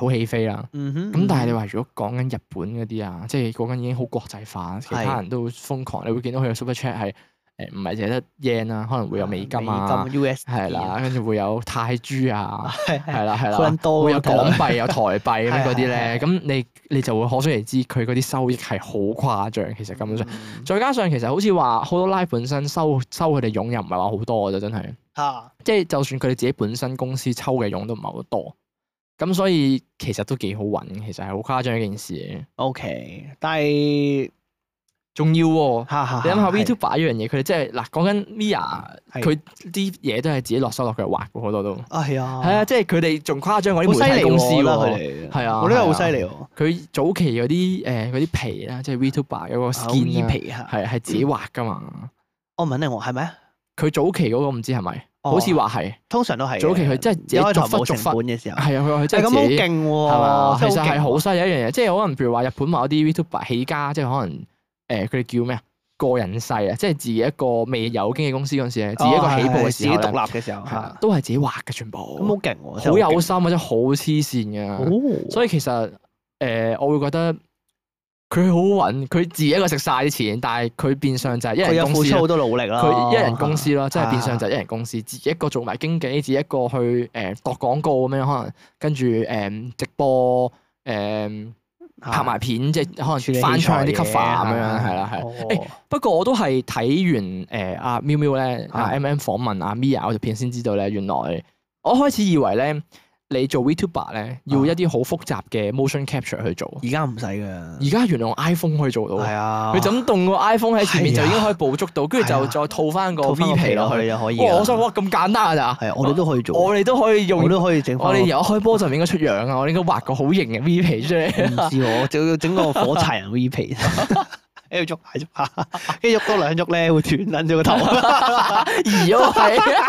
好起飛啦。
嗯哼，
咁但係你話如果講緊日本嗰啲啊，即係講緊已經好國際化，其他人都會瘋狂，你會見到佢嘅 Super Chat 係誒唔係淨係得 yen 啦，可能會有 美金啊，
U S
係啦，跟住會有泰銖啊，
係，係
係啦係
好
啦
撚。多
會
喎
有
睇
港
落
幣、有台幣咁樣嗰
係係
啲
係
咧，咁你你就會可想而知佢嗰啲收益係好誇張，其實根本上。
嗯
再加上其實好似話好多 live 本身收收佢哋佣又唔係話好多嘅啫，真係，
嚇
即係就算佢哋自己本身公司抽嘅佣都唔係好多，咁所以其實都幾好揾，其實係好誇張一件事嚟嘅。
O K，但係
仲要喎、
嚇嚇，
你諗下
係
VTuber 一樣嘢，佢哋即係嗱講緊 Mia，
係
佢啲嘢都係自己落手落腳畫嘅好多都，係
啊係啊，
啊，即係佢哋仲誇張過
好
啲
犀
媒體
利
公司
喎，我覺得
喎。
佢哋
係啊
我覺得好犀
係啊
利喎，
佢早期嗰啲誒嗰啲皮啦，即係 VTuber 有個
好 E 衣
skin 啦，
皮嚇，
係係自己畫噶嘛。
我唔肯定我係咪啊？
佢早期嗰個唔知係咪，
哦
好似話係。
通常都係嘅
早期佢真係自己
一開頭
逐忽
冇
逐
成
忽
本嘅時候，
係啊，佢話佢真
係
係
咁好
自己係
勁
嘛？
喎，
其
哦真
實係
係
好
勁啊
犀利一樣嘢，即係可能譬如話日本某啲 YouTuber 起家，即係可能誒佢哋叫咩啊？個人世啊，即係自己一個未有經紀公司嗰陣時咧，啊自己一個起
哦
步
係係
嘅
自
時
己
候
獨
咧，
立嘅時候
係啊
嚇，
都係自己畫嘅全部，
咁好勁喎，真
好
係勁
有心啊，真係好黐線嘅。
哦，
所以其實誒，我會覺得佢好好揾，佢自己一個食晒啲錢，但係佢變相就係一
佢
人
有
公
付
司
出啊
啦
好多努力啦，
佢一人公司咯，即係
哦啊
變相就係一人公司，自己一個做埋經紀，自己一個去誒度廣告咁樣，可能跟住誒直播誒
嚇
拍埋片，即係可
啊處
能
理
翻
器材
唱啲 cover 咁
嘢
樣，
啊
係啦係啦。
哦
誒不過我都係睇完誒阿喵喵咧，阿
啊
M M 訪問阿 Mia 嗰條片先知道咧，原來我開始以為咧，你做 Vtuber 咧要
啊
一啲好複雜嘅 motion capture 去做，
而家唔使㗎，
而家原來用 iPhone 可以做到喎。
係啊，
佢就咁動個 iPhone 喺前面
係
就
啊
已經可以捕捉到，跟住
係
就
啊
再套翻個
套返
V 皮落去。
就可以㗎。
哇！我想哇咁簡單啊咋？
係啊，我哋都可以做，
我哋都可以用
我，都可以整翻。
我哋由一開波就應該出樣啊！我哋應該畫個好型嘅 V 皮出嚟。
唔知喎，我就要整個火柴人 V 皮，喺度喐下喐下，跟住喐多兩喐咧會斷撚咗個頭。
移咗哦係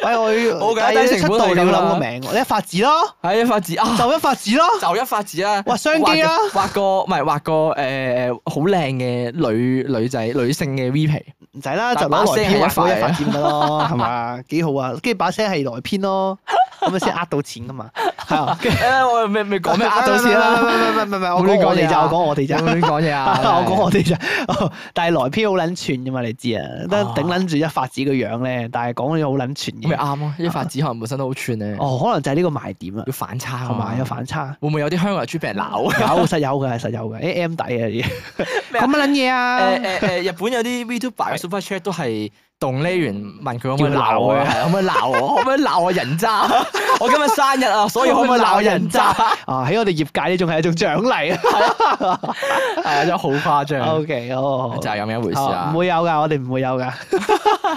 喂，我要
我嘅低成本
但係
係
你
咁
要
啦
諗個名喎，你一發字咯，
係一發字啊！
就一發字咯，
就一發字啊！
哇雙機啊
畫個唔係畫個誒好靚嘅女女仔女性嘅 V 皮，
唔使啦，就
但把
攞來
聲係
編
一
畫嗰
塊
一發字咪得咯，係嘛？幾好啊，跟住把聲係來編咯，咁咪先呃到錢噶嘛，係啊。
誒我未未 講咩呃到先
唔係
啦，
唔係唔係唔係，
唔
我
好
講
亂講
我
嘢
哋咋，
啊
我講我哋
有
咋。
冇亂講嘢啊？
我講我哋咋，但係萊編好撚串啫嘛，你知啊，得
哦
頂撚住一發子個樣咧，但係講咗好撚串
咪
嘅。
啱咯，一發字可能本身都好串咧，
哦，可能就係呢個賣點啊，
嗯要反差啊
同
嘛，
埋有反差。
會唔會有啲香港人專俾人鬧？
有實有嘅，實有嘅，A M 底啊啲
咩啊
講乜撚嘢
誒
啊？
誒誒，日本有啲 VTuber 嘅 Super Chat 都係動呢員問佢可唔可以
叫
鬧
鬧
我，
啊
係可唔可以鬧我，可唔可以鬧我人 渣？我今日生日啊，所以可唔可以鬧人渣？
啊！喺我哋業界呢，仲係一種獎勵啊。
係啊，真係好誇
O
張，
K，好好
就
好
係咁樣一回事
好，
啊
唔。會有㗎，我哋唔會有 㗎。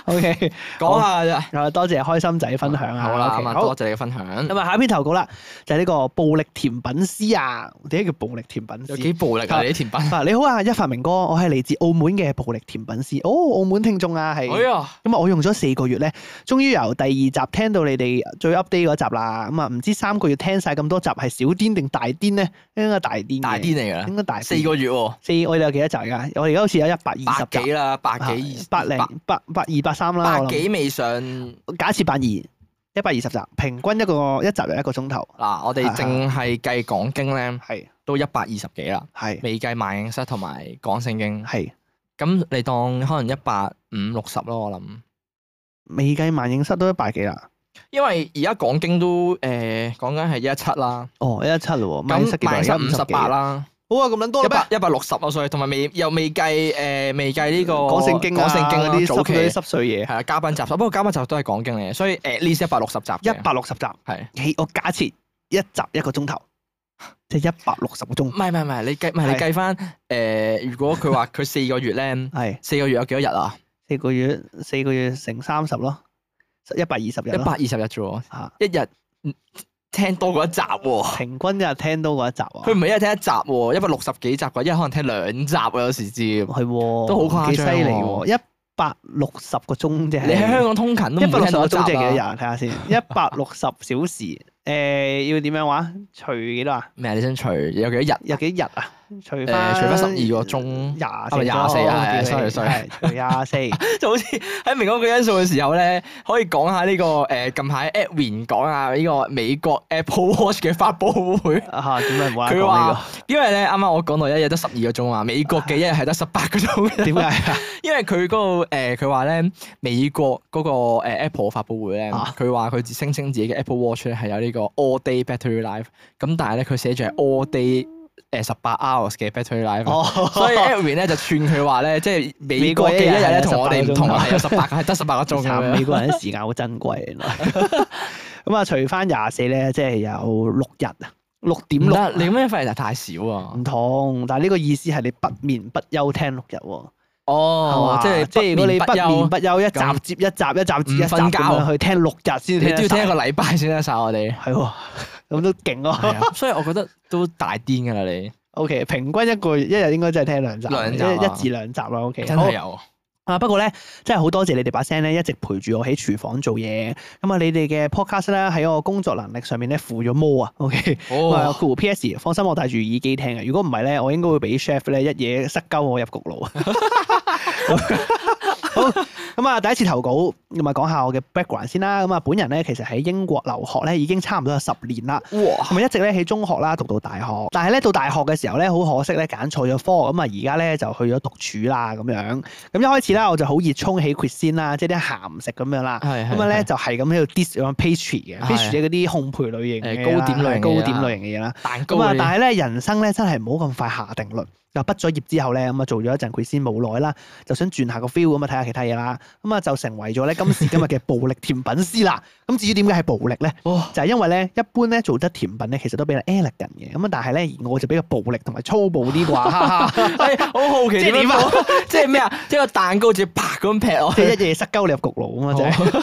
O K，
講下啫，
啊，多謝開心仔分享啊。
好啦，
à? OK，
咁啊，
好
多謝你嘅分享
咁。啊，下一篇投稿啦，就係呢個暴力甜品師啊，點解叫暴力甜品
有
師？
幾暴力啊？你啲甜品，
啊，你好啊，一發明哥，我係嚟自澳門嘅暴力甜品師。哦，澳門聽眾啊，係。
哎呀，
咁啊，我用咗四個月咧，終於由第二集聽到你哋最 update 嗰集啦。咁啊，唔知三個月聽晒咁多集係小癲定大癲咧？應該大癲嘅。
大癲嚟㗎
應
啦，
該大癲。
四個月喎，
四，我哋有幾多集㗎？我哋而家好似有一百二十
百
集
幾。啦，百幾
啊
二
百零
百
百百二百三啦，
百
我諗。
幾未上。
假設百二，一百二十集，平均一個一集有一個鐘頭。
嗱，我哋淨係計講經咧，
係
都一百二十幾啦，
係
未計萬應室同埋講聖經。
係，
咁你當可能一百五六十咯，我諗，
未計萬應室都一百幾啦。
因為而家講經都誒講緊係一七啦，
哦，一一七嘞喎，萬應室幾啊多？而
咁萬
家
應室五十
幾
八。啦，
好啊，咁撚多
一
啦咩
百？一百六十咯，所以同埋未又未計誒未計呢個
講聖經啊，
講聖經
嗰
嗰
啲
啲早
濕
期
嗰啲濕碎嘢，
係啊嘉賓集，不過嘉賓集都係講經嚟嘅，所以 at least 一百六十集嘅
一百六十集，
係。
起我假設一集一個鐘頭，即係一百六十個鐘，
唔係唔係唔係，你計唔係你
係
計翻誒？如果佢話佢四個月咧，
係
四個月有幾多日啊？
四個月，四個月乘三十咯，一百二十日
一
咯啊
百，二十日啫喎，
嚇
一日聽多過一集喎、
平均一日聽到嗰一集啊，
佢唔係一日聽一集喎、一百六十幾集嘅，一日可能聽兩集啊，有時知。
係喎，
都好誇
幾
張
犀
喎
利喎，一百六十個鐘啫。
你喺香港通勤都
一百六十個
個
鐘即係幾多日啊？睇下先，一百六十小時，誒要點樣話？除幾多啊？
咩啊？你想除有幾多日？
有幾日啊？除
誒，
翻
除翻十二個鐘，
廿
係咪
四
廿四啊係
個
係 sorry，
屌
sorry
係除廿 四。
就好似喺明講佢因素嘅時候咧，可以講下呢、個誒、近排 Edwin 講啊呢個美國 Apple Watch 嘅發布會。
啊，點解冇得講
佢
呢
話，因為咧啱啱我講到一日得十二個鐘啊，美國嘅一日係得十八個
個？
鐘。
點解 啊？
因為佢嗰、個誒佢話咧美國嗰、個、誒 Apple 發布會咧，
啊
佢話佢自聲稱自己嘅 Apple Watch 咧係有呢個 all day battery life，咁但係咧佢寫住係 all day 誒十八 hours 嘅 battery life 啊。
哦，
所以 Edwin 咧就串佢話咧，即係美國嘅一日咧同我哋唔同啊，有十八個係得十八個鐘咁
慘美
樣。
國人啲時間好珍貴原 來。咁啊，除翻廿四咧，即係有六日啊，六點
唔
六
得，你咁樣費就太少啊！
唔同，但係呢個意思係你不眠不休聽六日喎。
哦，即
係嘛
係
即係如果你不眠
休，
不休，一
咁
集接一集，一集接一集
唔
咁
瞓覺
樣去聽六日先，
你都要聽一
個
個禮拜先得晒 我哋。
係喎，咁都勁
係
咯。
啊，所以我覺得都大癲㗎啦，你
O K，平均一個月一日應該真係聽兩集，
兩集啊
一一至兩集啦。O K，
真係有。
啊，不過咧，真係好多謝你哋把聲咧，一直陪住我喺廚房做嘢。咁啊，你哋嘅 podcast 咧喺我工作能力上面咧附咗魔啊。O K，咁啊，
哦，
括弧 P S，放心，我戴住耳機聽啊嘅。如果唔係咧，我應該會俾 chef 咧一嘢塞鳩我入焗爐。 好，咁啊，第一次投稿，咁啊，講下我嘅 background 先啦。咁啊，本人咧其實喺英國留學咧已經差唔多有十年啦。
哇！
咁啊一直咧喺中學啦讀到大學，但係咧到大學嘅時候咧，好可惜咧揀錯咗科，咁啊而家咧就去咗讀廚啦咁樣。咁一開始咧我就好熱衷起 cuisine 啦，即係啲鹹食咁樣啦。
係
咁啊咧就係咁喺度 dis 咁 pastry 嘅
係
，pastry 即係嗰啲烘焙類型嘅嘢
誒
啦啊
糕點類型嘅嘢啦
糕點類型嘅嘢啦。
蛋糕
咁啊
嗰，啲
但係咧人生咧真係唔好咁快下定論。又畢咗業之後咧，咁啊做咗一陣佢先冇耐啦，就想轉下個 feel 咁啊睇下其他嘢啦，咁啊就成為咗咧今時今日嘅暴力甜品師啦。咁至於點解係暴力咧？
哇
就係因為咧，一般咧做得甜品咧，其實都比較 elegant 嘅，咁啊，但係咧我就比較暴力同埋粗暴啲啩，哈哈
哎好好奇
即係
點
點
樣
啊
做？ 即係咩啊？即係個蛋糕直接啪咁劈落
即
去。哦
係一夜塞鳩你入焗爐啊嘛，就係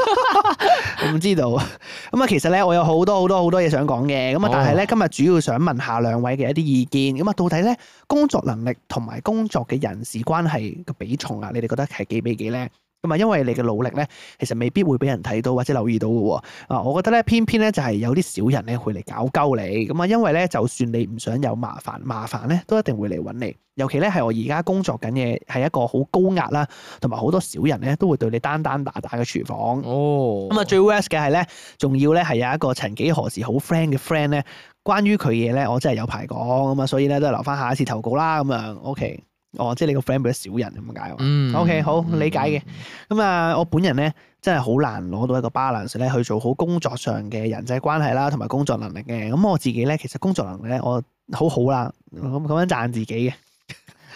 我唔知道。 咁啊，其實咧我有好多好多好多嘢想講嘅，咁啊
哦，
但係咧今日主要想問下兩位嘅一啲意見，咁啊，到底咧工作能力同埋工作嘅人事關係嘅比重啊，你哋覺得係幾比幾咧？咁啊，因為你嘅努力咧，其實未必會俾人睇到或者留意到嘅喎。啊，我覺得咧，偏偏咧就係有啲小人咧會嚟搞鳩你，咁啊，因為咧就算你唔想有麻煩，麻煩咧都一定會嚟揾你。尤其咧係我而家工作緊嘅係一個好高壓啦，同埋好多小人咧都會對你單單打打嘅廚房。
哦
咁啊，最 worst 嘅係咧，仲要咧係有一個曾幾何時好 friend 嘅 friend 咧，關於佢嘢咧，我真係有排講咁啊，所以咧都係留翻下一次投稿啦。咁樣 OK，哦，即係你個 friend 俾咗小人咁解喎。
嗯
OK，好理解嘅
嗯。
咁啊，我本人咧真係好難攞到一個 balance 咧去做好工作上嘅人際關係啦，同埋工作能力嘅。咁我自己咧，其實工作能力咧，我好好啦，咁咁樣讚自己嘅。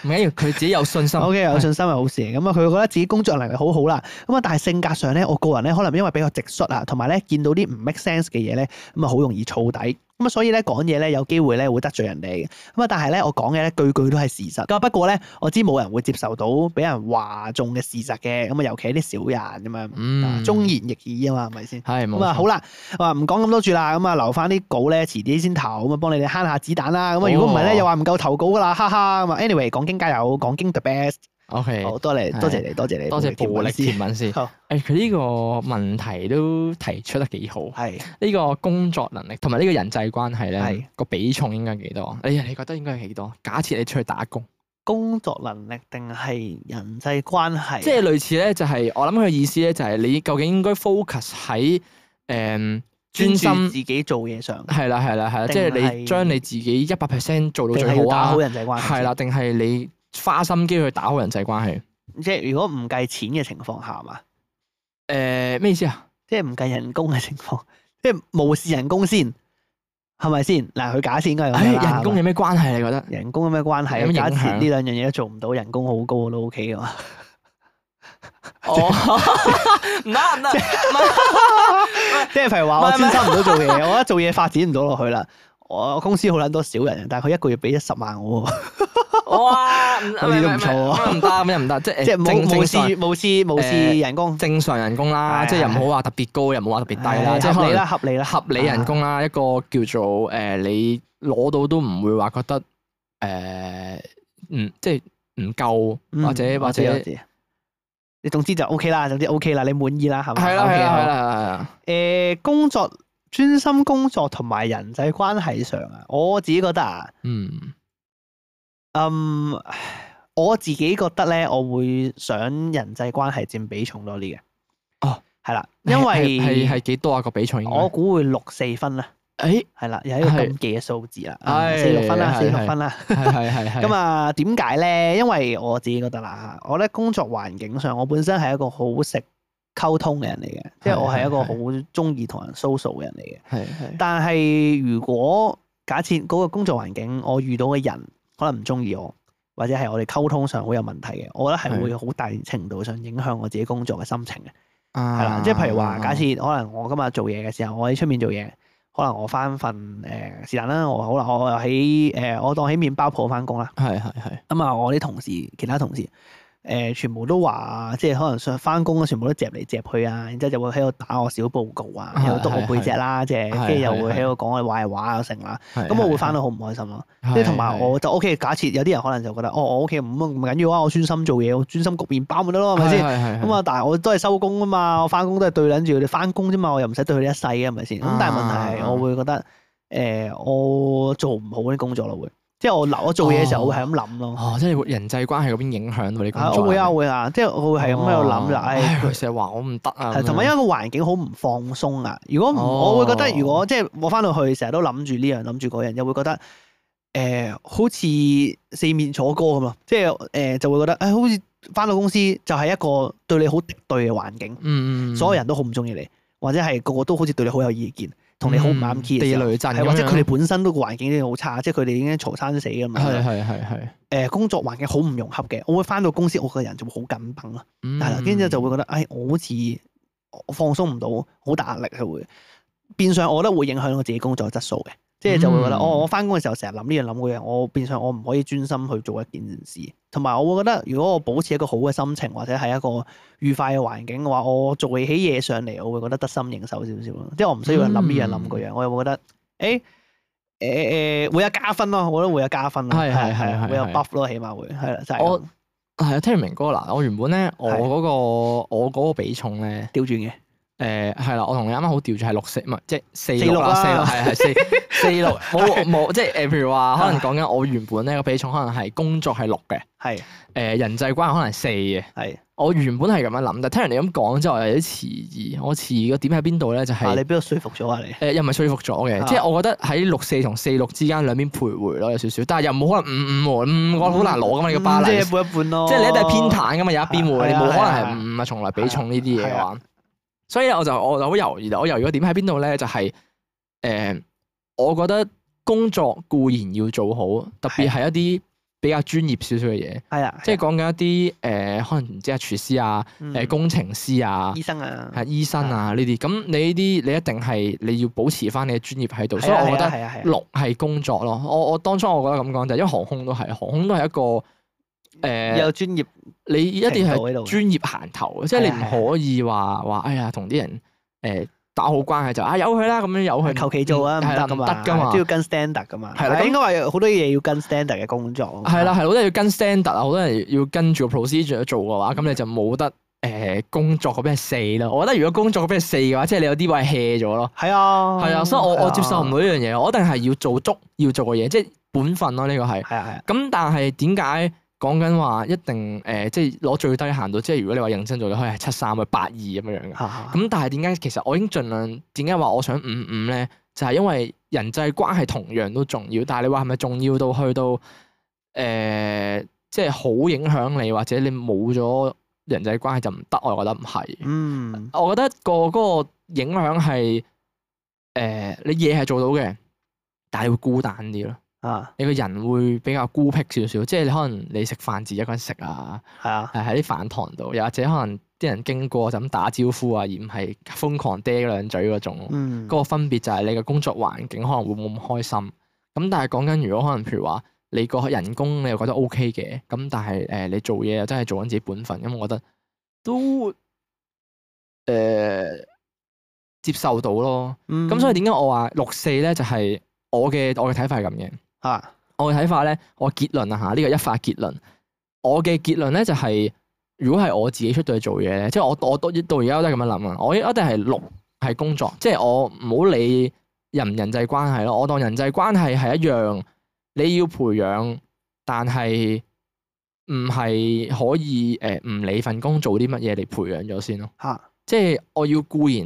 唔緊要，佢自己有信心。
O K，有
心。
信心係好事嚟。咁啊，佢覺得自己工作能力好好啦。咁啊，但係性格上咧，我個人咧可能因為比較直率啊，同埋咧見到啲唔 make sense 嘅嘢咧，咁啊好容易燥底。咁啊，所以咧講嘢咧有機會咧會得罪人哋嘅。咁啊，但係咧我講嘅咧句句都係事實。咁啊，不過咧我知冇人會接受到俾人話中嘅事實嘅。咁啊，尤其係啲小人咁樣，
嗯，
忠言逆耳啊嘛，係咪先？
係冇
咁啊，
錯
好啦，我話唔講咁多住啦，咁啊留翻啲稿咧，遲啲先投，咁啊幫你哋慳下子彈啦。咁啊，如果唔係
哦
咧，又話唔夠投稿噶啦，哈哈。咁啊，anyway，講經加油，講經 the best。
O K，
好多謝，
係
多謝你，多謝你，
多謝暴力
師
甜。品 先。
好，
誒，佢呢個問題都提出得幾好。
係
呢個工作能力同埋呢個人際關係
係
咧，個比重應該幾多？你你覺得應該係幾多？假設你出去打工，
工作能力定係人際關係？
即係啊類似咧，就係我諗佢意思咧，就係你究竟應該 focus 喺誒專
專注
心，
自己做嘢 上，
係啦係啦係啦，即係
定係
你將你自己一百 percent 做到
定係
最
要
好
打
啊
好，人際關係？
係啦，，定係你花心機去打好人際關係？
即係如果唔計錢嘅情況下嘛，
誒咩意思啊？
即係唔計人工嘅情況，即係無視人工先，係咪先？嗱，佢假設應該係咁
誒
樣啦
人工有咩關係？你覺得？
人工有咩關係啊？
有咩
假
影響
設呢兩樣嘢都做唔到，人工好高都 OK 噶嘛？
哦， 唔得唔得，唔得
即係譬如話
唔
我
係唔
專
係
心唔到做嘢，我覺得做嘢發展唔到落去啦，我公司好撚多少人，但係佢一個月俾一十萬我 喎，
哇， 唔
好似都唔錯喎
唔得唔得唔得，即係
即係冇
正
冇
正
事
常
冇事冇事
誒
人工，
正常人工啦，
係
即係又唔
係
好話特別高，又唔好話特別低啦，
唉
即係啊
合理
可能
啦，合理啦，
合理人工啊啦，一個叫做誒你攞到都唔會話覺得誒唔即係唔夠
嗯，
或者或
我知我
者。
知你總之就 O K 啦，總之 O K 啦，你滿意啦，係咪？
係啦
OK，
係啦
好
係啦係啦，
誒呃工作專心工作同埋人際關係上啊，我自己覺得啊，
嗯
嗯，我自己覺得咧，我會想人際關係佔比重多啲嘅。
哦，
係啦，因為
係係幾多啊個比賽應該
我估會六四分啦，
誒
係啦，又係一個
係
咁嘅數字啦，啊
係
四六分啦，
係
四六
係
分啦。
係係係係
咁啊，點解咧？因為我自己覺得啦，我咧工作環境上，我本身係一個好識溝通嘅人嚟嘅，即係我係一個
係
好中意同人 social 嘅人嚟嘅。
係係
但係如果假設嗰個工作環境，我遇到嘅人可能唔中意我，或者係我哋溝通上好有問題嘅，我覺得係會好大程度上影響我自己工作嘅心情嘅，係啦、
啊
即係譬如話，假設可能我今日做嘢嘅時候，我喺出面做嘢，可能我翻份誒是但啦，我可能我又喺誒、呃我當喺麵包鋪翻工啦，
係係係
咁啊我啲同事其他同事。誒、全部都話，即係可能上翻工全部都夾嚟夾去啊，然之後就會喺度打我小報告啊，喺度督我背脊啦，即係跟住又會喺度講我壞話啊又成啦。
係
咁我會翻到好唔開心咯。
係
即係同埋
係
我就 O K，假設有啲人可能就覺得，哦，我 O K 唔唔緊要啊，我專心做嘢，我專心焗麵包咪得咯，係咪先？
係係係
咁啊，但係我都係收工啊嘛，我翻工都係對撚住佢哋翻工啫嘛，我又唔使對佢哋一世啊嘅，係咪先？咁但係問題
啊
係，我會覺得誒，我做唔好啲工作咯，會即係我留我做嘢嘅時候，我會係咁諗咯。
哦，即係人際關係嗰邊影響到你工
啊，
作
我會啊，
係咪
我會啊，即係我會係咁喺度諗啦，
哦
唉，
佢成日話我唔得啊，
係同埋因
咁樣
為個環境好唔放鬆啊。如果唔，
哦
我會覺得如果即係我翻到去成日都諗住呢樣諗住嗰樣，又會覺得誒、呃好似四面楚歌咁啊。即係誒、呃就會覺得誒、唉好似翻到公司就係一個對你好敵對嘅環境，
嗯嗯，
所有人都好唔中意你，或者係個個都好似對你好有意見，同你好唔啱
嗯
key 嘅
地
時候
雷陣咁
係
樣，
或者佢哋本身都個環境已經好差，即係佢哋已經嘈生死咁
係
樣。
係係係，
誒工作環境好唔融洽嘅，我會翻到公司，我個人就會好緊繃咯。啊
係
係啦，跟住就會覺得，唉，我好似我放鬆唔到，好大壓力係會變相，我覺得會影響我自己工作質素嘅，即係就會覺得，
嗯
哦，我翻工嘅時候成日諗呢樣諗嗰樣，我變相我唔可以專心去做一件事，同埋我會覺得，如果我保持一個好嘅心情或者係一個愉快嘅環境嘅話，我做起嘢上嚟，我會覺得得心應手少少咯，即係我唔需要諗呢樣諗嗰
嗯
樣，我又會覺得，誒誒誒會有加分咯，我覺得會有加分咯，
係係係係
會有
係
buff 咯，起碼會係啦，就係
我
咁
係啊，聽唔明哥嗱，我原本咧我
係
嗰個我嗰個比重咧。
調轉嘅，
誒係啦，我同你啱啱好調住係六四，唔係即係四
四六
六啦，四
啦
六係 係四四六，冇冇即係誒，譬如話可能講緊我原本咧個比重可能係工作係六嘅，
係
誒人際關係可能係四嘅。
係，
我原本係咁樣諗，但係聽人哋咁講之後我有啲遲疑。我遲疑嘅點喺邊度咧？就
啊
係
你俾我說服咗啊你。
誒又唔係說服咗嘅，
啊
即係我覺得喺六四同四六之間兩邊徘徊咯，有少少，但係又冇可能五五喎，五我好難攞噶嘛，你個
嗯即係
balance
一。半一半咯。
即係你一定係偏袒噶嘛，有一邊會，
係
你
啊
冇可
係啊啊
能係五啊，從來比重呢啲嘢嘅話。所以我就我就好猶豫啦，我猶豫嘅點喺邊度咧？就係、誒、我覺得工作固然要做好，特別係一啲比較專業少少嘅嘢，
係啊，
即係講緊一啲誒、可能唔知係廚師啊、誒、
係
工程師啊
嗯 醫、生啊，
係醫生啊呢啲。咁你呢啲你一定係你要保持翻你嘅專業喺度，所
係
以
啊
我覺得。
係啊係啊係啊
六係工作咯，我我當初我覺得咁講就係因為航空都係，航空都係一個誒、
有專業
你呃一定
程
係
度啊喺度嘅
專業行頭，即係你
係啊
唔可以話話，哎呀，同啲人誒打好關係就啊由佢啦，咁樣由佢，
求其做啊，唔
嗯係啦
得噶嘛，
得噶嘛
都要跟 standard 噶嘛。
係啦咁
應該話有好多嘢要跟 standard 嘅工作。啊
係啦，係好多人要跟 standard 啊，好多人要跟住個 procedure 去做嘅話，咁你就冇得誒工作嗰邊係四咯。我覺得如果工作嗰邊係四嘅話，即係你有啲位 hea 咗咯。
係啊，
係啊，所以我我接受
到。
唔到呢樣嘢，我一定係要做足要做嘅嘢，即係本分咯。呢個係。
係啊係啊，
咁但係點解講緊話一定誒、呃即係攞最低限度，即係如果你話認真做，你可以係七三或八二咁樣樣嘅。
嚇
咁但係啊點解其實我已經盡量點解話我想五五咧？就係、因為人際關係同樣都重要，但係你話係咪重要到去到誒、呃即係好影響你，或者你冇咗人際關係就唔得？我覺得唔係，
嗯
我覺得個嗰個影響係誒、呃你嘢係做到嘅，但係你會孤單啲咯。
啊
你個人會比較孤僻少少，即係你可能你食飯自己一個人食啊，
係啊，
係喺啲飯堂度，又或者可能啲人經過就咁打招呼啊，而唔係瘋狂嗲兩嘴嗰種。嗰、
嗯
個分別就係你嘅工作環境可能會冇咁開心，咁但係講緊如果可能譬如話你個人工你又覺得 O K 嘅，咁但係誒、呃你做嘢又真係做緊自己本分，咁我覺得都誒、呃接受到咯。咁、
咁
所以點解我話六四咧就係、我嘅我嘅睇法係咁嘅。
啊，
我嘅睇法咧，我結論啊嚇，呢個一發結論。我嘅結論咧就係、如果係我自己出到去做嘢咧，即係我我到到而家都係咁樣諗啊，我一定係六係工作，即係我唔好理人唔人際關係咯，我當人際關係係一樣，你要培養，但係唔係可以誒唔、理份工做啲乜嘢嚟培養咗先咯。
嚇
即係我要固然，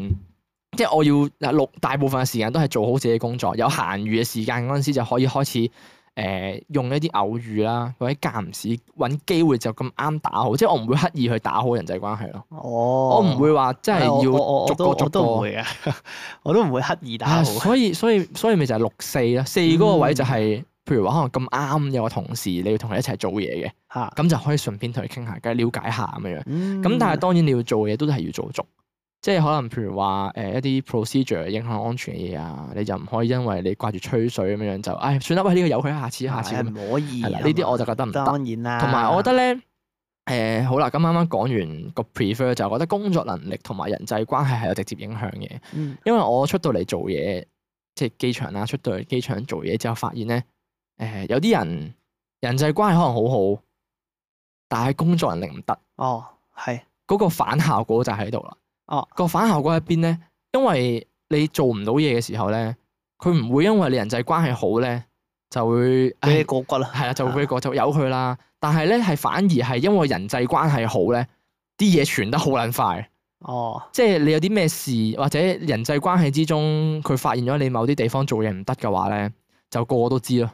即係我要嗱六大部分嘅時間都係做好自己嘅工作，有閒餘嘅時間嗰陣時就可以開始誒、呃用一啲偶遇啦，或者間唔時揾機會就咁啱打好，即係我唔會刻意去打好人際關係咯，
哦，
我唔會話真係
係我我我
要
我
逐
都
個逐
我都唔
個。
會嘅， 我都唔會刻意打好。
啊，
嗯
所以所以所以咪就係六四啦，四嗰個位就係、譬如話可能咁啱有個同事你要同佢一齊做嘢嘅，
嚇，嗯
咁就可以順便同佢傾下偈，了解下咁樣。咁
咁
但係當然你要做嘅嘢都係要做足，即係可能譬如話誒、呃一啲 procedure 影響安全嘅嘢啊，你就唔可以因為你掛住吹水咁樣就，唉算啦，喂呢、個由佢，下次下次咁
係
樣。
唔可以啊
係啦，呢啲我就覺得唔得。
當然啦。
同埋我覺得咧，誒、好啦，咁啱啱講完個 prefer 就係覺得工作能力同埋人際關係係有直接影響嘅，
嗯，
因為我出到嚟做嘢，即係機場啦，出到去機場做嘢之後，發現咧，誒、有啲人人際關係可能好好，但係工作能力唔得。
哦，係
嗰個反效果就喺度啦。
哦，
個反效果喺邊咧？因為你做唔到嘢嘅時候咧，佢唔會因為你人際關係好咧，就會
俾你
唉
過啊骨啦。
係啦，就會過就由佢啦。但係咧，係反而係因為人際關係好咧，啲嘢傳得好撚快。
哦，
即係你有啲咩事或者人際關係之中，佢發現咗你某啲地方做嘢唔得嘅話咧，就個個都知咯，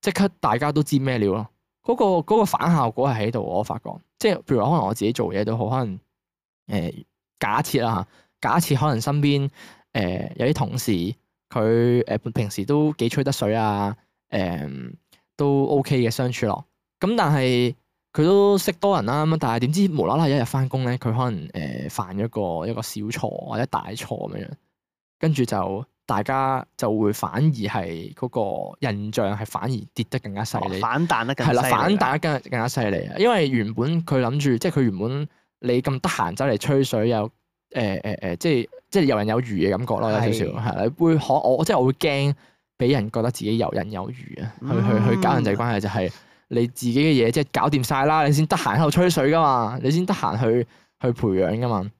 即刻大家都知咩料咯。嗰、個嗰個反效果係喺度，我發覺，即係譬如話可能我自己做嘢都好，可能誒、呃假設啦嚇，假設可能身邊誒、呃有啲同事佢誒、呃平時都幾吹得水啊，誒、都 OK 嘅相處落，咁但係。佢都識多人啦，咁但係點知無啦啦有一日翻工咧，佢可能誒、呃犯咗個一個小錯或者大錯咁樣，跟住就大家就會反而係嗰個印象係反而跌得更加犀利，
哦反彈得更
係啦，
犀利啊
反彈得更加更加犀利啊！因為原本佢諗住，即係佢原本你咁得閒走嚟吹水又誒誒誒，即係即係游刃有餘嘅感覺咯，有少少
係
係啦，會可我即係我會驚俾人覺得自己游刃有餘啊，去
嗯
去去搞人際關係就係你自己嘅嘢，即係搞掂晒啦，你先得閒喺度吹水噶嘛，你先得閒去去培養噶嘛，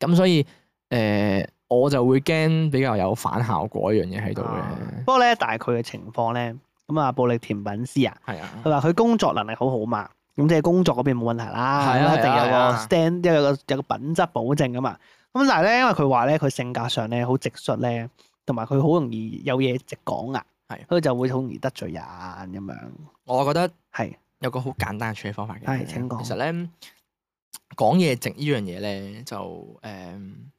咁所以誒、呃我就會驚比較有反效果一樣嘢喺度
啊
嘅，
不過咧，大概嘅情況咧，咁啊，暴力甜品師啊，
係啊
佢，話佢工作能力好好嘛，咁即係工作嗰邊冇問題啦，
係
咁
啊
一定有
係
個
啊
stand，即係有個有個品質保證噶嘛。咁但係咧，因為佢話咧，佢性格上咧好直率咧，同埋佢好容易有嘢直講啊，
係
佢就會好容易得罪人咁樣，
我覺得。
係
有個好簡單嘅處理方法嘅。
係請講
其實咧，講嘢直呢樣嘢咧，就誒、嗯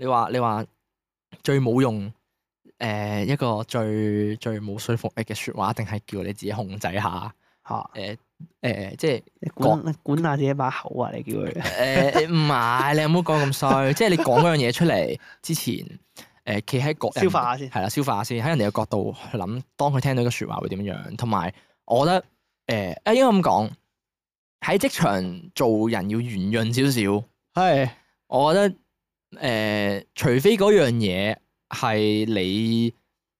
你話你話最冇用誒、呃一個最最冇說服力嘅説話，定係叫你自己控制下
嚇，
誒誒、呃即係
你管管下自己把口啊，你叫佢
誒唔係你唔好講咁衰，即係你講嗰樣嘢出嚟之前。誒，企喺角
消化下先
係啦，消化下先，喺人哋嘅角度去諗，當佢聽到呢個説話會點樣，同埋我覺得誒，呃啊、應該咁講，喺職場做人要圓潤少少。係，我覺得誒、呃除非嗰樣嘢係你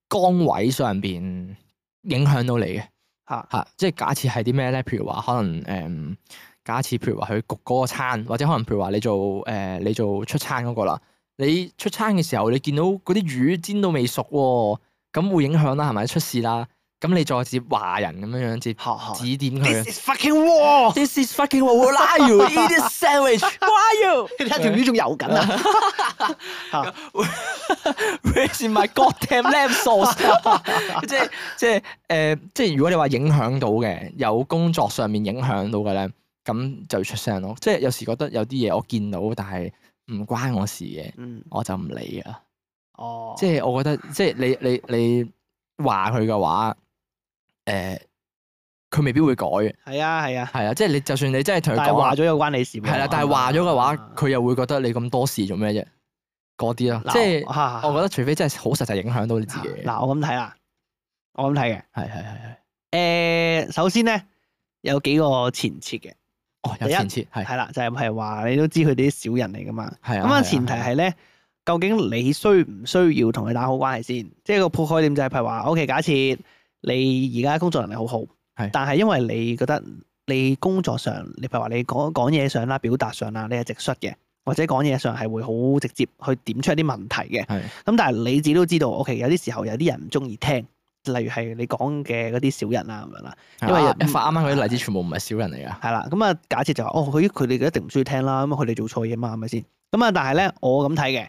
崗位上邊影響到你嘅
嚇
嚇，即係假設係啲咩咧？譬如話可能誒、嗯假設譬如話佢焗嗰個餐，或者可能譬如話你做誒、呃你做出餐嗰個啦。你出餐嘅時候，你見到嗰啲魚煎到未熟喎、咁會影響啦，係咪出事啦？咁你再接華人咁樣樣接
嚇嚇
指點佢
，This。is fucking war，
This is fucking what will I you eat this sandwich? Why you?
你睇下條魚仲游 緊啊！
Where's my goddamn lamb sauce？即係即係誒、呃即係如果你話影響到嘅，有工作上面影響到嘅咧，咁就要出聲咯。即係有時覺得有啲嘢我見到，但係唔關我事嘅，
嗯，
我就唔理噶啦。
哦，
即係我覺得，即係你你你話佢嘅話，誒、呃佢未必會改嘅。
係啊係啊，
係啊，即係你就算你真係同
但
佢
係
講
話
話
咗又關你事喎。
係啦，但係話咗嘅話，
啊
佢又會覺得你咁多事做咩啫？嗰啲咯，
嗱
即係
我嚇啊
我覺得除非真係好實際影響到你自己。
嗱，我咁睇啦，我咁睇嘅。
係係係係，
诶、首先咧有幾個前設嘅，
哦有
第一
前設係
係啦，就係係話你都知佢哋啲小人嚟噶嘛。
係啊。
咁啊，
係
前提
係
係咧，究竟你需唔需要同佢打好關係先？即係個破概念就係譬如話，OK，假設你而家工作能力好好，
係
但係因為你覺得你工作上，你譬如話你講講嘢上啦、表達上啦，你係直率嘅，或者講嘢上係會好直接去點出一啲問題嘅。
係
咁但係你自己都知道，OK，有啲時候有啲人唔中意聽，例如係你講嘅嗰啲小人啊咁樣啦。因為
因
人
為發啱啱嗰啲例子全部唔係小人嚟噶，
係啦，咁啊，假設就話哦，佢佢哋一定唔需要聽啦，咁佢哋做錯嘢嘛，係咪先？咁啊，但係咧，我咁睇嘅，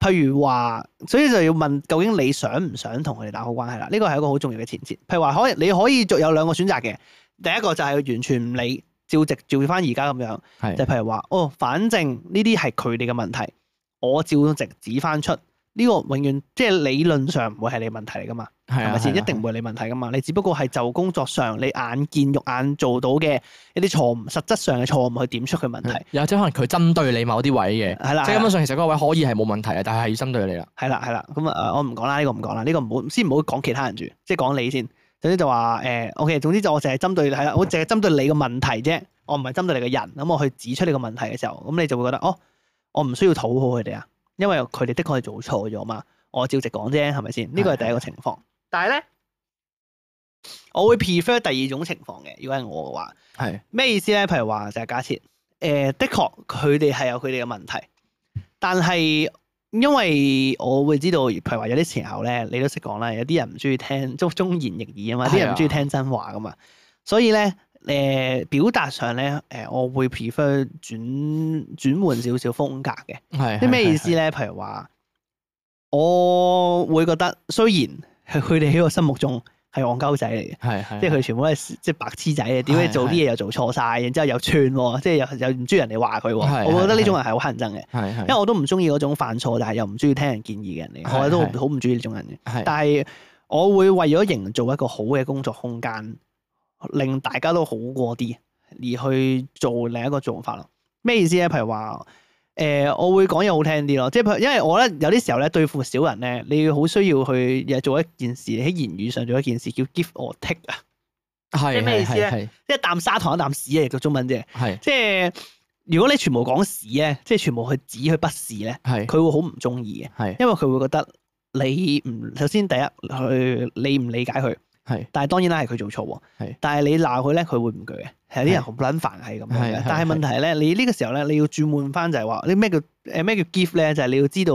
譬如話，所以就要問究竟你想唔想同佢哋打好關係啦？呢個係一個好重要嘅前設。譬如話，可以你可以有兩個選擇嘅，第一個就係完全唔理，照直照翻而家咁樣，
係
就譬如話，哦，反正呢啲係佢哋嘅問題，我照直指翻出。呢個永遠即係理論上唔會係你問題嚟噶嘛，
係
係
啊
咪先？
係
一
啊
定唔會係你問題噶嘛。你只不過係就工作上你眼見肉眼做到嘅一啲錯誤，實質上嘅錯誤去點出佢問題。
有即係可能佢針對你某啲位嘅，
係啦，
即係
係啊
根
啦
本上其實嗰個位可以係冇問題嘅，但係係要針對你啦。
係啦，係啦。咁啊，誒我唔講啦，呢個唔講啦，呢個唔好先唔好講其他人住，即係講你先。總之就話誒，OK，總之就我淨係針對係啦，我淨係針對你個問題啫，我唔係針對你個人。咁我去指出你個問題嘅時候，咁你就會覺得哦，我唔需要討好佢哋啊，因為佢哋的確係做錯咗嘛，我照直講啫，係咪先？呢個係第一個情況。但係咧，我會 prefer 第二種情況嘅。如果係我嘅話。
係
咩意思咧？譬如話就係假設，誒、呃的確佢哋係有佢哋嘅問題，但係因為我會知道，譬如話有啲時候咧，你都識講啦，有啲人唔中意聽忠忠言逆耳啊嘛，有啲人唔中意聽真話噶嘛，所以咧誒、表達上咧誒、我會 prefer 轉轉換少少風格嘅。
係
即係咩意？
係
思咧？譬如話，我會覺得雖然佢哋喺我心目中係戇鳩仔嚟嘅。
係係
即係佢全部都係即係白痴仔嘅，點解
係
做啲嘢又做錯晒，然之後又串喎，即係又又唔中意人哋話佢
係
喎。我覺得呢種人係好乞人憎嘅，
係係
因為我都唔中意嗰種犯錯但係又唔中意聽人建議嘅人嚟，
係
我都
係
好唔中意呢種人嘅。
係
但係我會為咗營造一個好嘅工作空間，令大家都好過啲，而去做另一個做法咯。咩意思咧？譬如話，誒、我會講嘢好聽啲咯，即係譬如因為我咧有啲時候咧對付小人咧，你要好需要去又做一件事，喺言語上做一件事叫 give or take 啊。
係
即係咩意思咧
係
一啖砂糖一啖屎啊，亦都中文啫。
係
即係如果你全部講屎咧，即係全部去指佢不是咧，
係
佢會好唔中意嘅，
係
因為佢會覺得你唔首先第一佢你唔理解佢，
係
但係當然啦係佢做錯
係
喎。但係你鬧佢咧，佢會唔攰嘅。係有啲人
係
好撚煩係咁樣
係係
嘅。但係問題係咧，你呢個時候咧，你要轉換翻就係話，你咩叫誒咩叫 give 咧？就係你要知道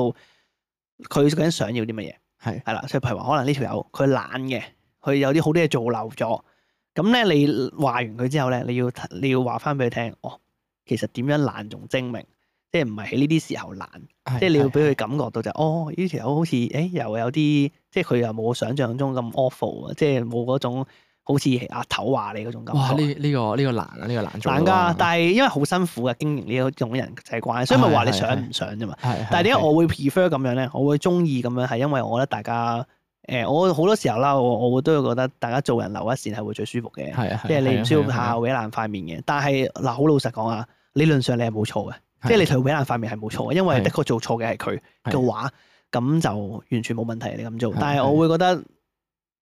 佢究竟想要啲乜嘢。
係
係啦，所以譬如話，可能呢條友佢懶嘅，佢有啲好多嘢做漏咗，咁咧你話完佢之後咧，你要你要話翻俾佢聽，哦，其實點樣懶仲精明，即係唔係喺呢啲時候懶，即係你要俾佢感覺到就係哦，呢條友好似誒、欸又有啲，即係佢又冇我想象中咁 awful 啊，即係冇嗰種好似阿頭話你嗰種感
哇！呢
覺。啊
呢個呢個難啊，呢個難做
難
啊
㗎，但係因為好辛苦嘅經營呢一種人際關係，所以咪話你
係係
想
係
唔想啫嘛。
係
但係點解
係
我會 prefer 咁樣咧？我會中意咁樣係因為我覺得大家誒、我好多時候啦，我我都會覺得大家做人留一線係會最舒服嘅，
係啊
即係你唔需要下
係
搲爛塊面嘅。但係嗱，好老實講啊，理論上你係冇錯嘅，即係你同佢搲爛塊面係冇錯嘅，因為
係
的確做錯嘅係佢
係
嘅話，咁就完全冇問題你咁做
係。
但係我會覺得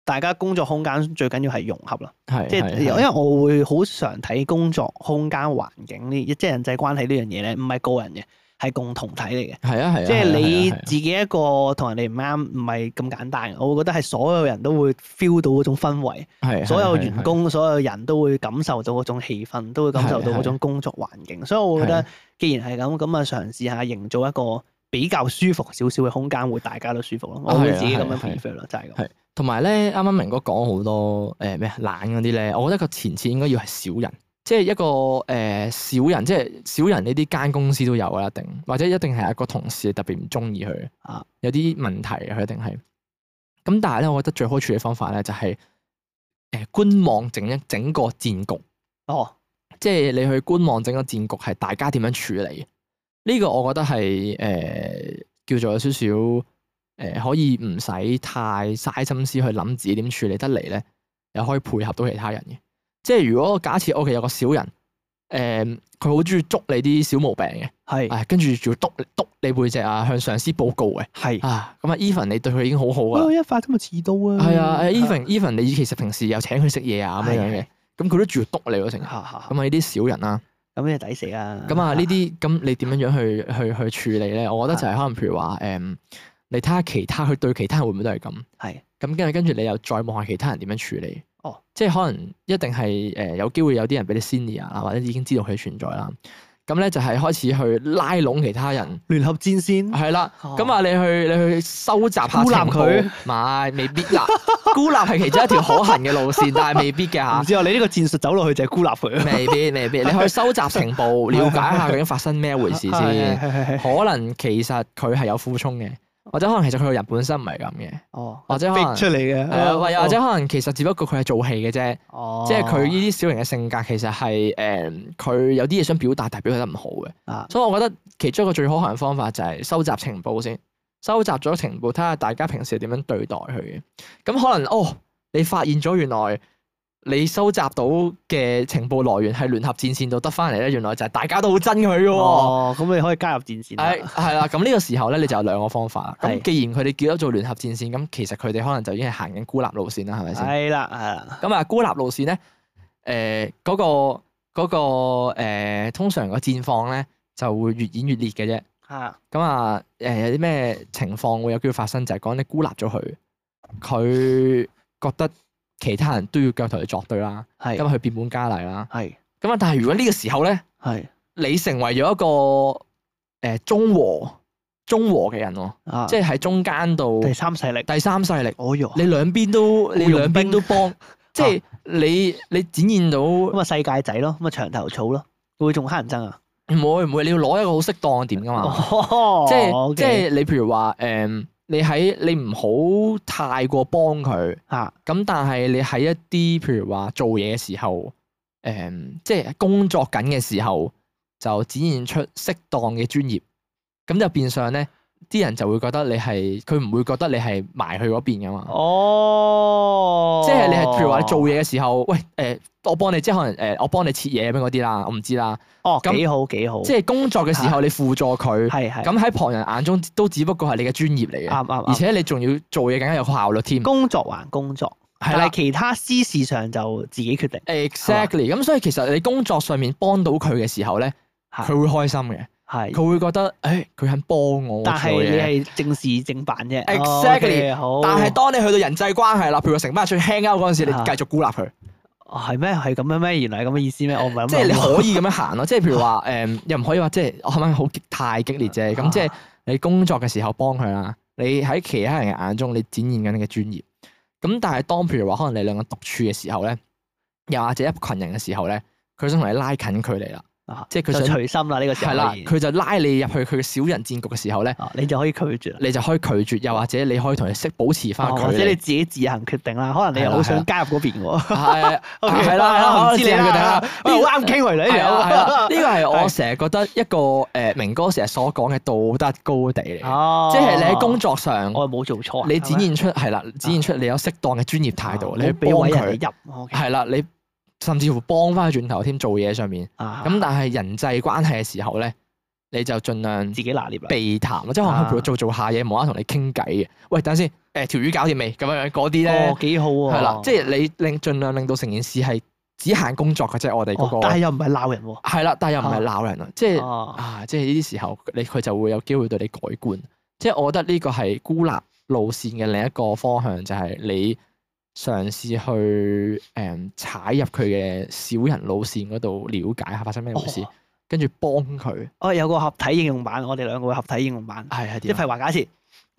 大家工作空間最緊要係融合啦。
係
即係因為我會好常睇工作空間環境呢，即係人際關係呢樣嘢咧，唔係個人嘅，係共同體嚟嘅。
係啊係啊，
即係
係啊
你
係啊係啊
自己一個同人哋唔啱，唔係咁簡單嘅。我會覺得係所有人都會 feel 到嗰種氛圍，
係啊
所有
係啊
員
係啊
工、所有人都會感受到嗰種氣氛，都會感受到
係係
嗰種工作環境。所以我覺
係
得，既然係咁，咁啊嘗試下營造一個比較舒服少少嘅空間，會大家都舒服咯。我會自己咁樣
係啊係啊
prefer 咯，就係
係
咁。
同埋咧，啱啱明哥講好多誒咩、懶嗰啲咧，我覺得個前設應該要係小人，即係一個誒、呃小人，即係小人呢啲間公司都有啊，一定或者一定係一個同事特別唔中意佢
啊，
有啲問題啊佢一定係。咁但係咧，我覺得最好處理方法咧就係、誒、觀望整一整個戰局，
哦，
即係你去觀望整個戰局係大家點樣處理。呢、個我覺得係誒、呃叫做有少少誒、呃可以唔使太嘥心思去諗自己點處理得嚟咧，又可以配合到其他人嘅。即係如果假設我哋有個小人，誒佢好中意捉你啲小毛病嘅，
係
啊跟住仲要督督你背脊啊，向上司報告嘅，
係，
啊咁啊 Even 你對佢已經好好噶啦
我，一發咁就遲到啊！
係啊誒 Even Even 你其實平時又請佢食嘢啊咁樣
係
嘅，咁佢都仲要督你喎成日，咁
嚇嚇，
啊呢啲小人啦，
咁你抵死啊！
咁啊呢啲咁你點樣樣去去去處理咧？
啊
我覺得就係可能譬如話誒，你睇下其他佢對其他人會唔會都係咁，
係
咁跟住跟住你又再望下其他人點樣處理。
哦，
即係可能一定係誒、呃有機會有啲人俾你 senior 啦，或者已經知道佢存在啦。咁咧就係開始去拉攏其他人，
聯合戰線，
係啦。咁啊，你去你去收集下
嗯哦孤立佢
情報，唔係未必 啦。孤立係其中一條可行嘅路線，但係未必嘅
唔
嚇。
知啊！你呢個戰術走落去就係孤立佢 啊！
未必未必，你去收集情 報，了解下究竟發生咩回事
係
先。
係係係係
可能其實佢係有苦衷嘅，或者可能其實佢個人本身唔係咁嘅，
哦，
或者可
逼
能
出嚟嘅，
係啊，或
哦
或者可能其實只不過佢係做戲嘅啫。
哦
即係佢呢啲小型嘅性格，其實係誒佢有啲嘢想表達，但係表達得唔好嘅。
啊
所以我覺得其中一個最可行嘅方法就係收集情報先，收集咗情報，睇下大家平時點樣對待佢嘅。咁可能哦，你發現咗原來你收集到嘅情報來源係聯合戰線度得翻嚟咧，原來就係大家都好憎佢嘅喎。
哦，咁你可以加入戰線啊
誒
啦。
哎係啦，咁呢個時候咧，你就有兩個方法啦。咁
係
既然佢哋叫咗做聯合戰線，咁其實佢哋可能就已經係行緊孤立路線啦，係咪先？
係啦，係啦，
咁啊，孤立路線咧，誒、嗰、個嗰、個呃通常個戰況咧就會越演越烈嘅啫。
嚇
咁啊，誒、有啲咩情況會有機會發生？就係、講你孤立咗佢，佢覺得其他人都要腳同佢作對啦，
係
咁啊佢變本加厲啦。
係
咁啊，但係如果呢個時候咧，
係
你成為咗一個誒、中和中和嘅人喎，
啊，
即
即係
係喺中間度
第三勢力。
第三勢力。
哦哟，
你兩邊都你
僱傭
兩邊
兵啊
都幫，即係你你展現到
咁啊世界仔咯，咁啊長頭草咯，會仲黑人憎啊？
唔會唔會，你要攞一個好適當嘅點噶嘛，
哦
即係
OK
即係你譬如話誒、你喺你唔好太過幫佢，
嚇
咁但係你喺一啲譬如話做嘢嘅時候，誒、即係工作緊嘅時候，就展現出適當嘅專業，咁就變相咧，啲人就會覺得你係佢唔會覺得你係埋去嗰邊噶嘛。
哦，
即係你係譬如話你做嘢嘅時候，喂誒、我幫你即係可能誒、我幫你切嘢咁樣嗰啲啦，我唔知啦。
哦
咁
幾好幾好，
即係工作嘅時候你輔助佢，
係係
咁喺旁人眼中都只不過係你嘅專業嚟嘅，
啱啱
而
啱。
且你仲要做嘢更加有效率添。
工作還工作，
係
但
啦
係其他私事上就自己決定。
，exactly。咁所以其實你工作上面幫到佢嘅時候咧，
係
佢會開心嘅，
係，
佢會覺得誒佢肯幫我
但
做
係
嘢
你係正事正辦啫。
Exactly，
哦，OK，好。
但係當你去到人際關係啦，譬如話成班人出去 hang out 嗰陣時，你
啊
繼續孤立佢。
哦係咩？係咁樣咩？原來係咁嘅意思咩？我唔係咁
即係你
諗喎
可以咁樣 行咯，即係譬如話誒、又唔可以話即係哦我可唔可以好激太激烈
啊
啫？咁即係你工作嘅時候幫佢啦，你喺其他人嘅眼中你展現緊你嘅專業。咁但係當譬如話可能你兩個獨處嘅時候咧，又或者一群人嘅時候咧，佢想同你拉近距離啦，
啊
即係佢
就
想
隨心啦呢個時候
係啦，
可以
佢就拉你入去佢嘅小人戰局嘅時候咧，
啊你就可以拒絕啦。
你就可以拒絕，又或者你可以同佢識保持翻
哦
距
或者你
離。
自己自行決定啦，可能你又
係啦
好
係
想
啦
加入嗰邊喎。
係
OK，
係啦係啦，
我
我
唔
知
知
你
你
決定啦
啦，。呢個啱傾嚟呢
係啦係 啦，呢
條
個係我成日覺得一個誒明哥成日所講嘅道德高地嚟嘅，
哦
即係你喺工，作上，
我又冇做錯，啊
你展
係咪
現出係啦，展現出你有適當嘅專業態度，
啊
你
冇
去
俾
幫
位人
佢，
哋入，OK，
係啦，你甚至乎幫翻佢轉頭添做嘢上面。
啊
咁但係人際關係嘅時候咧，你就盡量
自己拿捏啦，
避談，即係可能佢
啊
做做下嘢，冇啦同你傾偈嘅。喂，等陣先，誒條魚搞掂未？咁樣樣嗰啲咧
哦，，幾好喎，
係啦，即係你令盡量令到成件事係只限工作嘅啫，我哋嗰
哦
個。
但係又唔係鬧人喎，
係啦，但係又唔係鬧人啊，即係
哦
啊，即係呢啲時候你佢就會有機會對你改觀。即係我覺得呢個係孤立路線嘅另一個方向，就係、你嘗試去誒、嗯踩入佢嘅小人路線嗰度，了解下發生咩回事
哦，
跟住幫佢
哦，有個合體應用版，我哋兩個會合體應用版，
係係
即
點
係譬
啊？
如話假設，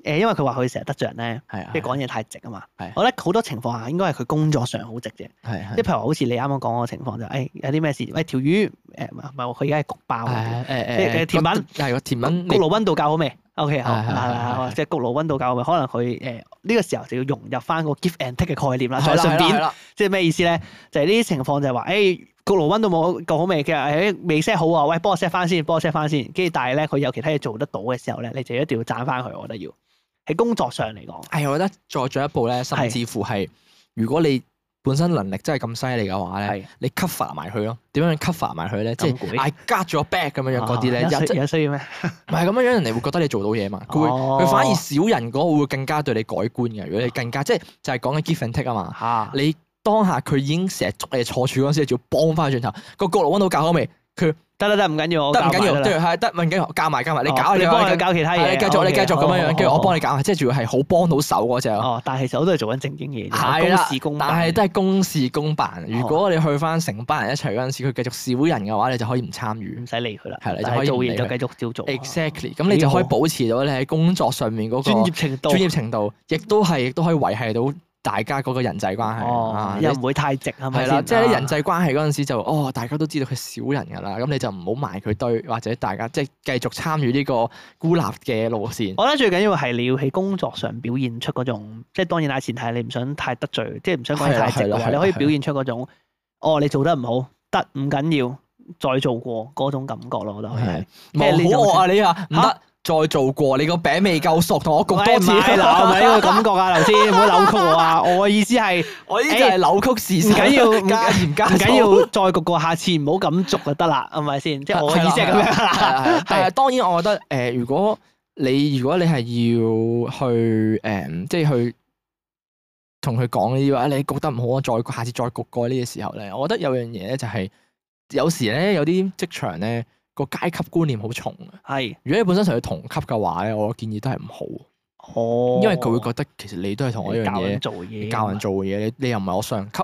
誒，因為佢話佢成日得罪人咧，
係啊
即係講嘢太直啊嘛
係，
我覺得好多情況下應該係佢工作上好直啫。
係啊係
即係譬如話好似你啱啱講嗰個情況就係，誒有啲咩事，喂條魚誒唔係唔係佢而家係焗爆
係
啊，
誒
誒
誒
誒甜品
係個甜品
焗
你
爐温度夠好未？OK 好，
係係係係
嗱即係焗爐温度夠好未？可能佢誒呢個時候就要融入翻個 give and take 嘅概念啦。
係
再
啦
順
係
便
啦
即係咩意思咧？就係呢啲情況就係話，誒焗爐温度冇夠好未？佢話誒未 set 好啊，喂幫我 set 翻先，幫我 set 翻先。跟住但係咧佢有其他嘢做得到嘅時候咧，你就一定要讚翻佢，我覺得要喺工作上嚟講。
哎係，我覺得再進一步咧，甚
係
至乎係如果你本身能力真係咁犀利嘅話咧
係，
你 cover 埋佢咯。點樣 cover 埋佢咧？即
咁
係
攰
I got your back 咁樣樣嗰啲咧，
啊有
又
需
即
有需要咩？
唔係咁樣樣，人哋會覺得你做到嘢嘛。佢會
哦
佢反而少人嗰個會更加對你改觀嘅。如果你更加即係就係講緊 give and take 啊嘛。
嚇
你當下佢已經成日捉你錯處嗰陣時，你仲要幫翻佢轉頭。個角落温到教好未？佢
得得得，唔緊要，我
得唔緊
教
要，
埋得啦
對係得唔緊要，教埋教埋，你搞
哦你
搞
幫佢
搞
搞其他
係
嘢，
你繼續你
OK，
繼續咁樣
好
樣，跟住我幫。
好
你搞，即係仲要係好幫到手嗰只咯。
好哦，但係其實我都係做緊正經嘢，
係
公
啦
事公
但
辦哦
係都係公事公辦。如果你去翻成班人一齊嗰陣時，佢繼續少人嘅話，你就可以唔參與。
唔使理佢啦。
係啦
但
就可以
做
唔理
嘢就
佢
繼續照做。啊
Exactly，咁你就可以保持到你喺工作上面嗰個
專業程度啊
專業程度，亦都係亦都可以維係到大家嗰個人際關係。啊
哦，又唔會太直係咪
係啦，
先
即係啲
啊
人際關係嗰陣時就哦，大家都知道佢少人㗎啦，咁你就唔好埋佢堆，或者大家即係繼續參與呢個孤立嘅路線。
我覺得最緊要係你要喺工作上表現出嗰種，即係當然啦，前提係你唔想太得罪，即係唔想講得太直
係啦係啦
嘅，
係啦
你可以表現出嗰種，哦，你做得唔好，得唔緊要，再做過嗰種感覺咯，我覺得可以係
係。，冇
即係呢種
好惡啊你啊，唔得，再做過，你個餅未夠熟，同我焗多次。
喂唔係嗱，我唔係呢個感覺啊，頭先唔好扭曲我啊，我嘅意思係唔
我呢就係扭曲事實，
唔緊要唔
加鹽加
緊 要再焗過，下次唔好咁續就得啦，係咪先？即係我嘅意思係咁樣
係
啦。
啦係啦但係當然，我覺得誒、呃如果你如果你係要去誒、呃即係去同佢講呢啲話，你覺得唔好啊，再下次再焗過呢嘅時候咧，我覺得有樣嘢咧就係、有時咧有啲職場咧個階級觀念好重啊。
係，
如果你本身同佢同級嘅話咧，我建議都係唔好，
哦，
因為佢會覺得其實你都係同我一樣
教人
嘢，
做嘢，
你教人，做嘢，你你又唔係我上級，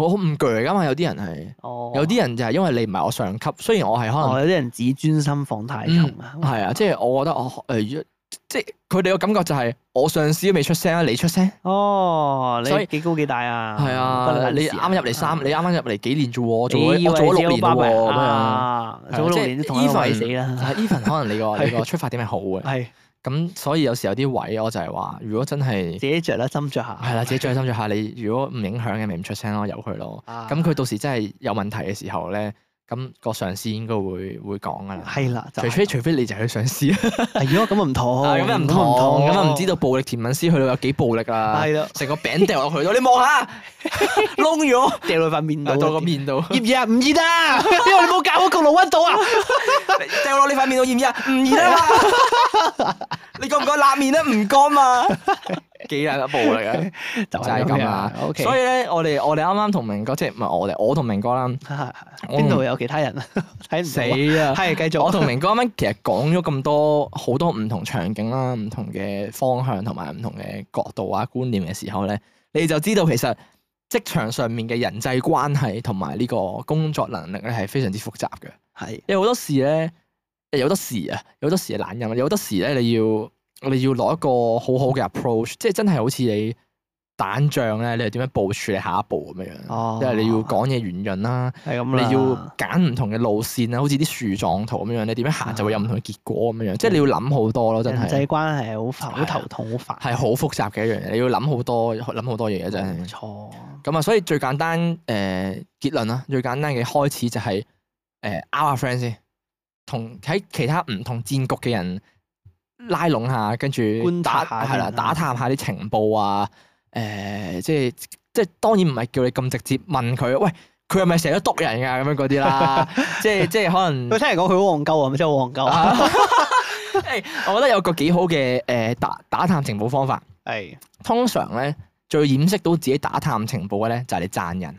我好唔鋸噶嘛。有啲人係，
哦，
有啲人就係因為你唔係我上級，雖然我係可能
哦，有啲人只專心放太重啊，
係啊，即係我覺得我誒，如果即係佢哋個感覺就係我上司都未出聲啊，你出聲
哦，
所
你
以
幾高幾大啊？
係
關
啊，
乜
你
事
啱入嚟三，你啱啱入嚟幾年啫喎，我做
你以
咗我
為
做咗
自己
六年
好巴
喎
閉
咁樣。
啊
係啊
做咗
即
六
係
年都同一個
even-
位死啦，
但係 even 可能你 個你個
係
出發點係好嘅，
係
咁所以有時有啲位我就係話，如果真係
自己着啦，斟酌下。
係啦，自己再斟酌下，你如果唔影響嘅咪唔出聲咯，由佢咯。
啊，
咁佢到時真係有問題嘅時候咧，咁個上司應該會會講噶啦。
係啦，就
除
係
非除非你就係佢上司啦，
啊如果咁啊啊唔哦同，
咁又唔同，
同
咁啊又唔知道暴力甜品師去到有幾暴力啦。
係咯，
成個餅掉落去咗，你 望下，窿咗
掉落塊啊面度，
到個面度，
熱唔熱啊？唔熱啊， 因為你冇搞好焗爐温度啊。
掉落你塊面度熱唔熱啊？唔熱啊嘛，你覺唔覺辣面咧？唔乾嘛，幾大一步嚟嘅，
就啊
就係咁啊啦。
O K，
所以咧，我哋我哋啱啱同明哥，即係唔係我哋，我同明哥啦，
邊度有其他人啊？ 睇唔
死
到
啊
啊？！係繼續。
我同明哥啱啱其實講咗咁多好多唔同場景啦、唔同嘅方向同埋唔同嘅角度啊、觀念嘅時候咧，你就知道其實職場上面嘅人際關係同埋呢個工作能力咧係非常之複雜嘅。
係
有好多時咧，有好多時啊，有好多時係懶人，有好多時咧你要你要攞一個好好嘅 approach，即係真係好似你打仗咧，你係點樣部署你下一步咁樣樣。
哦
即係你要講嘢圓潤啦。
係咁
你
啦。
要揀唔同嘅路線啦，啊好似啲樹狀圖咁樣，你點樣行就會有唔同嘅結果咁樣，即係你要諗好多咯，真
啊人際
係啊
關係好煩，好頭痛，好煩。
係好複雜嘅一樣嘢，你要諗好多，諗好多嘢嘅真
冇
係。啊
錯。
咁啊，所以最簡單誒、呃、結論啦，最簡單嘅開始就係誒 out 下 friend 先，同喺其他唔同戰局嘅人拉攏下，跟住
嗯觀察
打
下
係
先
啦，
啊
打探下啲情報啊，誒、即係即係當然唔係叫你咁直接問佢，喂佢係咪成日都督人㗎咁樣嗰 啲啦，即係即係可能
佢。聽人講佢好戇鳩啊，咪真係好戇鳩啊。
啊 誒我覺得有個幾好嘅誒、呃打打探情報方法。
係
通常咧，最掩飾到自己打探情報嘅咧，就係、你讚人。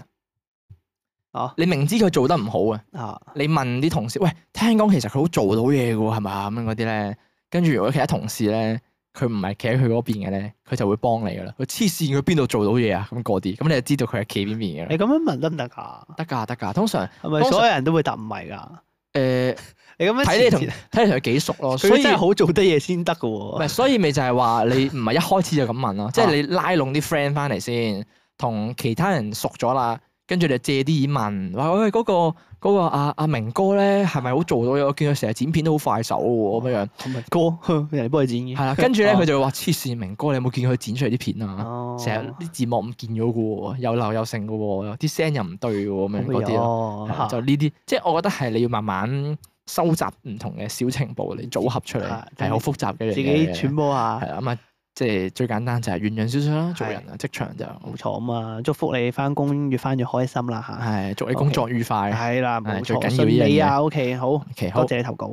哦
你明知佢做得唔好嘅，
啊，
你問啲同事，喂，聽講其實佢好做到嘢嘅喎，係咪啊？咁樣嗰啲咧，跟住如果其他同事咧，佢唔係企喺佢嗰邊嘅咧，佢就會幫你噶啦。佢黐線，佢邊度做到嘢啊？咁嗰啲，咁你就知道佢係企邊邊嘅啦
你。咁樣問得唔得㗎？
得㗎，得㗎。通常誒
係咪所有人都會答唔係㗎？
睇、
你咁樣
你
前
同
設
睇你同佢幾熟咯。所
佢
以
真係好做得嘢先得㗎
唔
喎。
係，所以咪就係話你唔係一開始就咁問
啊
咯，即係你拉攏啲 friend 翻嚟先，同其他人熟咗啦，跟住你借啲耳問，話喂嗰、個嗰、個阿阿明哥咧係咪好做到嘢？我見佢成日剪片都好快手喎咁樣樣，
同埋歌，哼人哋幫佢剪嘅。
係啦，跟住咧
哦
佢就會話黐線，明哥你有冇見佢剪出嚟啲片啊？
哦
成日啲字幕唔見咗嘅喎，又漏又剩嘅喎，啲聲又唔對嘅喎，
哎
咁樣嗰啲咯，
咯
係啦啊就呢啲，即係我覺得係你要慢慢收集唔同嘅小情報嚟組合出嚟
係，
係好複雜嘅一
啊
樣嘢
自
嚟
己
嘅
揣摩下
係。啦，咁啊即係最簡單就係圓潤少少啦，做
係
人啊職場就
冇錯咁啊！祝福你翻工越翻越開心啦吓！
係祝你工作愉快。
係啦，冇
係最
錯，
緊要
順
呢樣嘢
利啊！OK，好，
OK，好
多謝你投稿，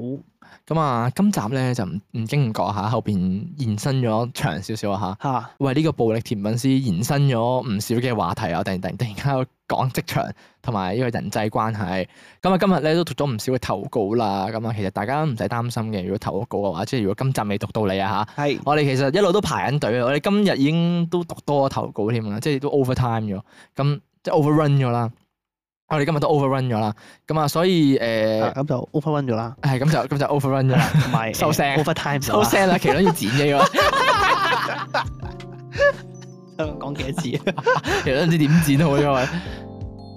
咁啊，今集咧就唔唔經唔覺下後邊延伸咗長少少啊嚇。
吓
為呢個暴力甜品師延伸咗唔少嘅話題啊！我突然突然突然間講職場同埋呢個人際關係。咁啊，今日咧都讀咗唔少嘅投稿啦。咁啊，其實大家都唔使擔心嘅。如果投咗稿嘅話，即係如果今集未讀到你啊嚇，
係
我哋其實一路都排緊隊啊。我哋今日已經都讀多咗投稿添啊啦，即係都 overtime 咗，咁即係 overrun 咗啦。我哋今日都 overrun 咗啦。咁啊，所以
啊
誒
咁就 overrun 咗 啦，
係咁就咁就 overrun 咗
係
啦。
啦，同埋
收聲
overtime 啊咗
收
啦，
聲啦， 其實要剪嘅喎，
講幾多次？啊
其實都唔知點剪好因為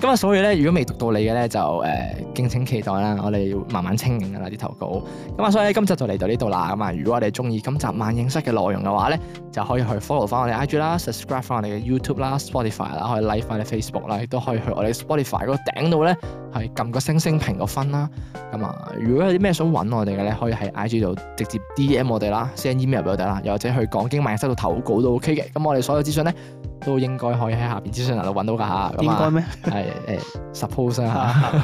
咁啊，所以咧，如果未讀到你嘅咧，就誒、呃、敬請期待啦。我哋要慢慢清零噶啦啲投稿。咁啊，所以咧今集就嚟到呢度啦。咁啊，如果我哋中意今集萬應室嘅內容嘅話咧，就可以去 follow 翻我哋 IG 啦，subscribe 翻我哋嘅 YouTube 啦、Spotify 啦，可以 like 翻我哋 Facebook 啦，亦都可以去我哋 Spotify 嗰個頂度咧係撳個星星評個分啦。咁啊，如果有啲咩想揾我哋嘅咧，可以喺 IG 度直接 DM 我哋啦，send email 俾我哋啦，又或者去講經萬應室度投稿都 OK 嘅。咁我哋所有資訊咧都應該可以喺下邊資訊欄度揾到㗎嚇。咁
應
啊
該咩？
係誒 suppose 啦。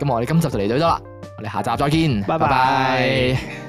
咁我哋今集就嚟到呢度啦，我哋下集再見，
拜拜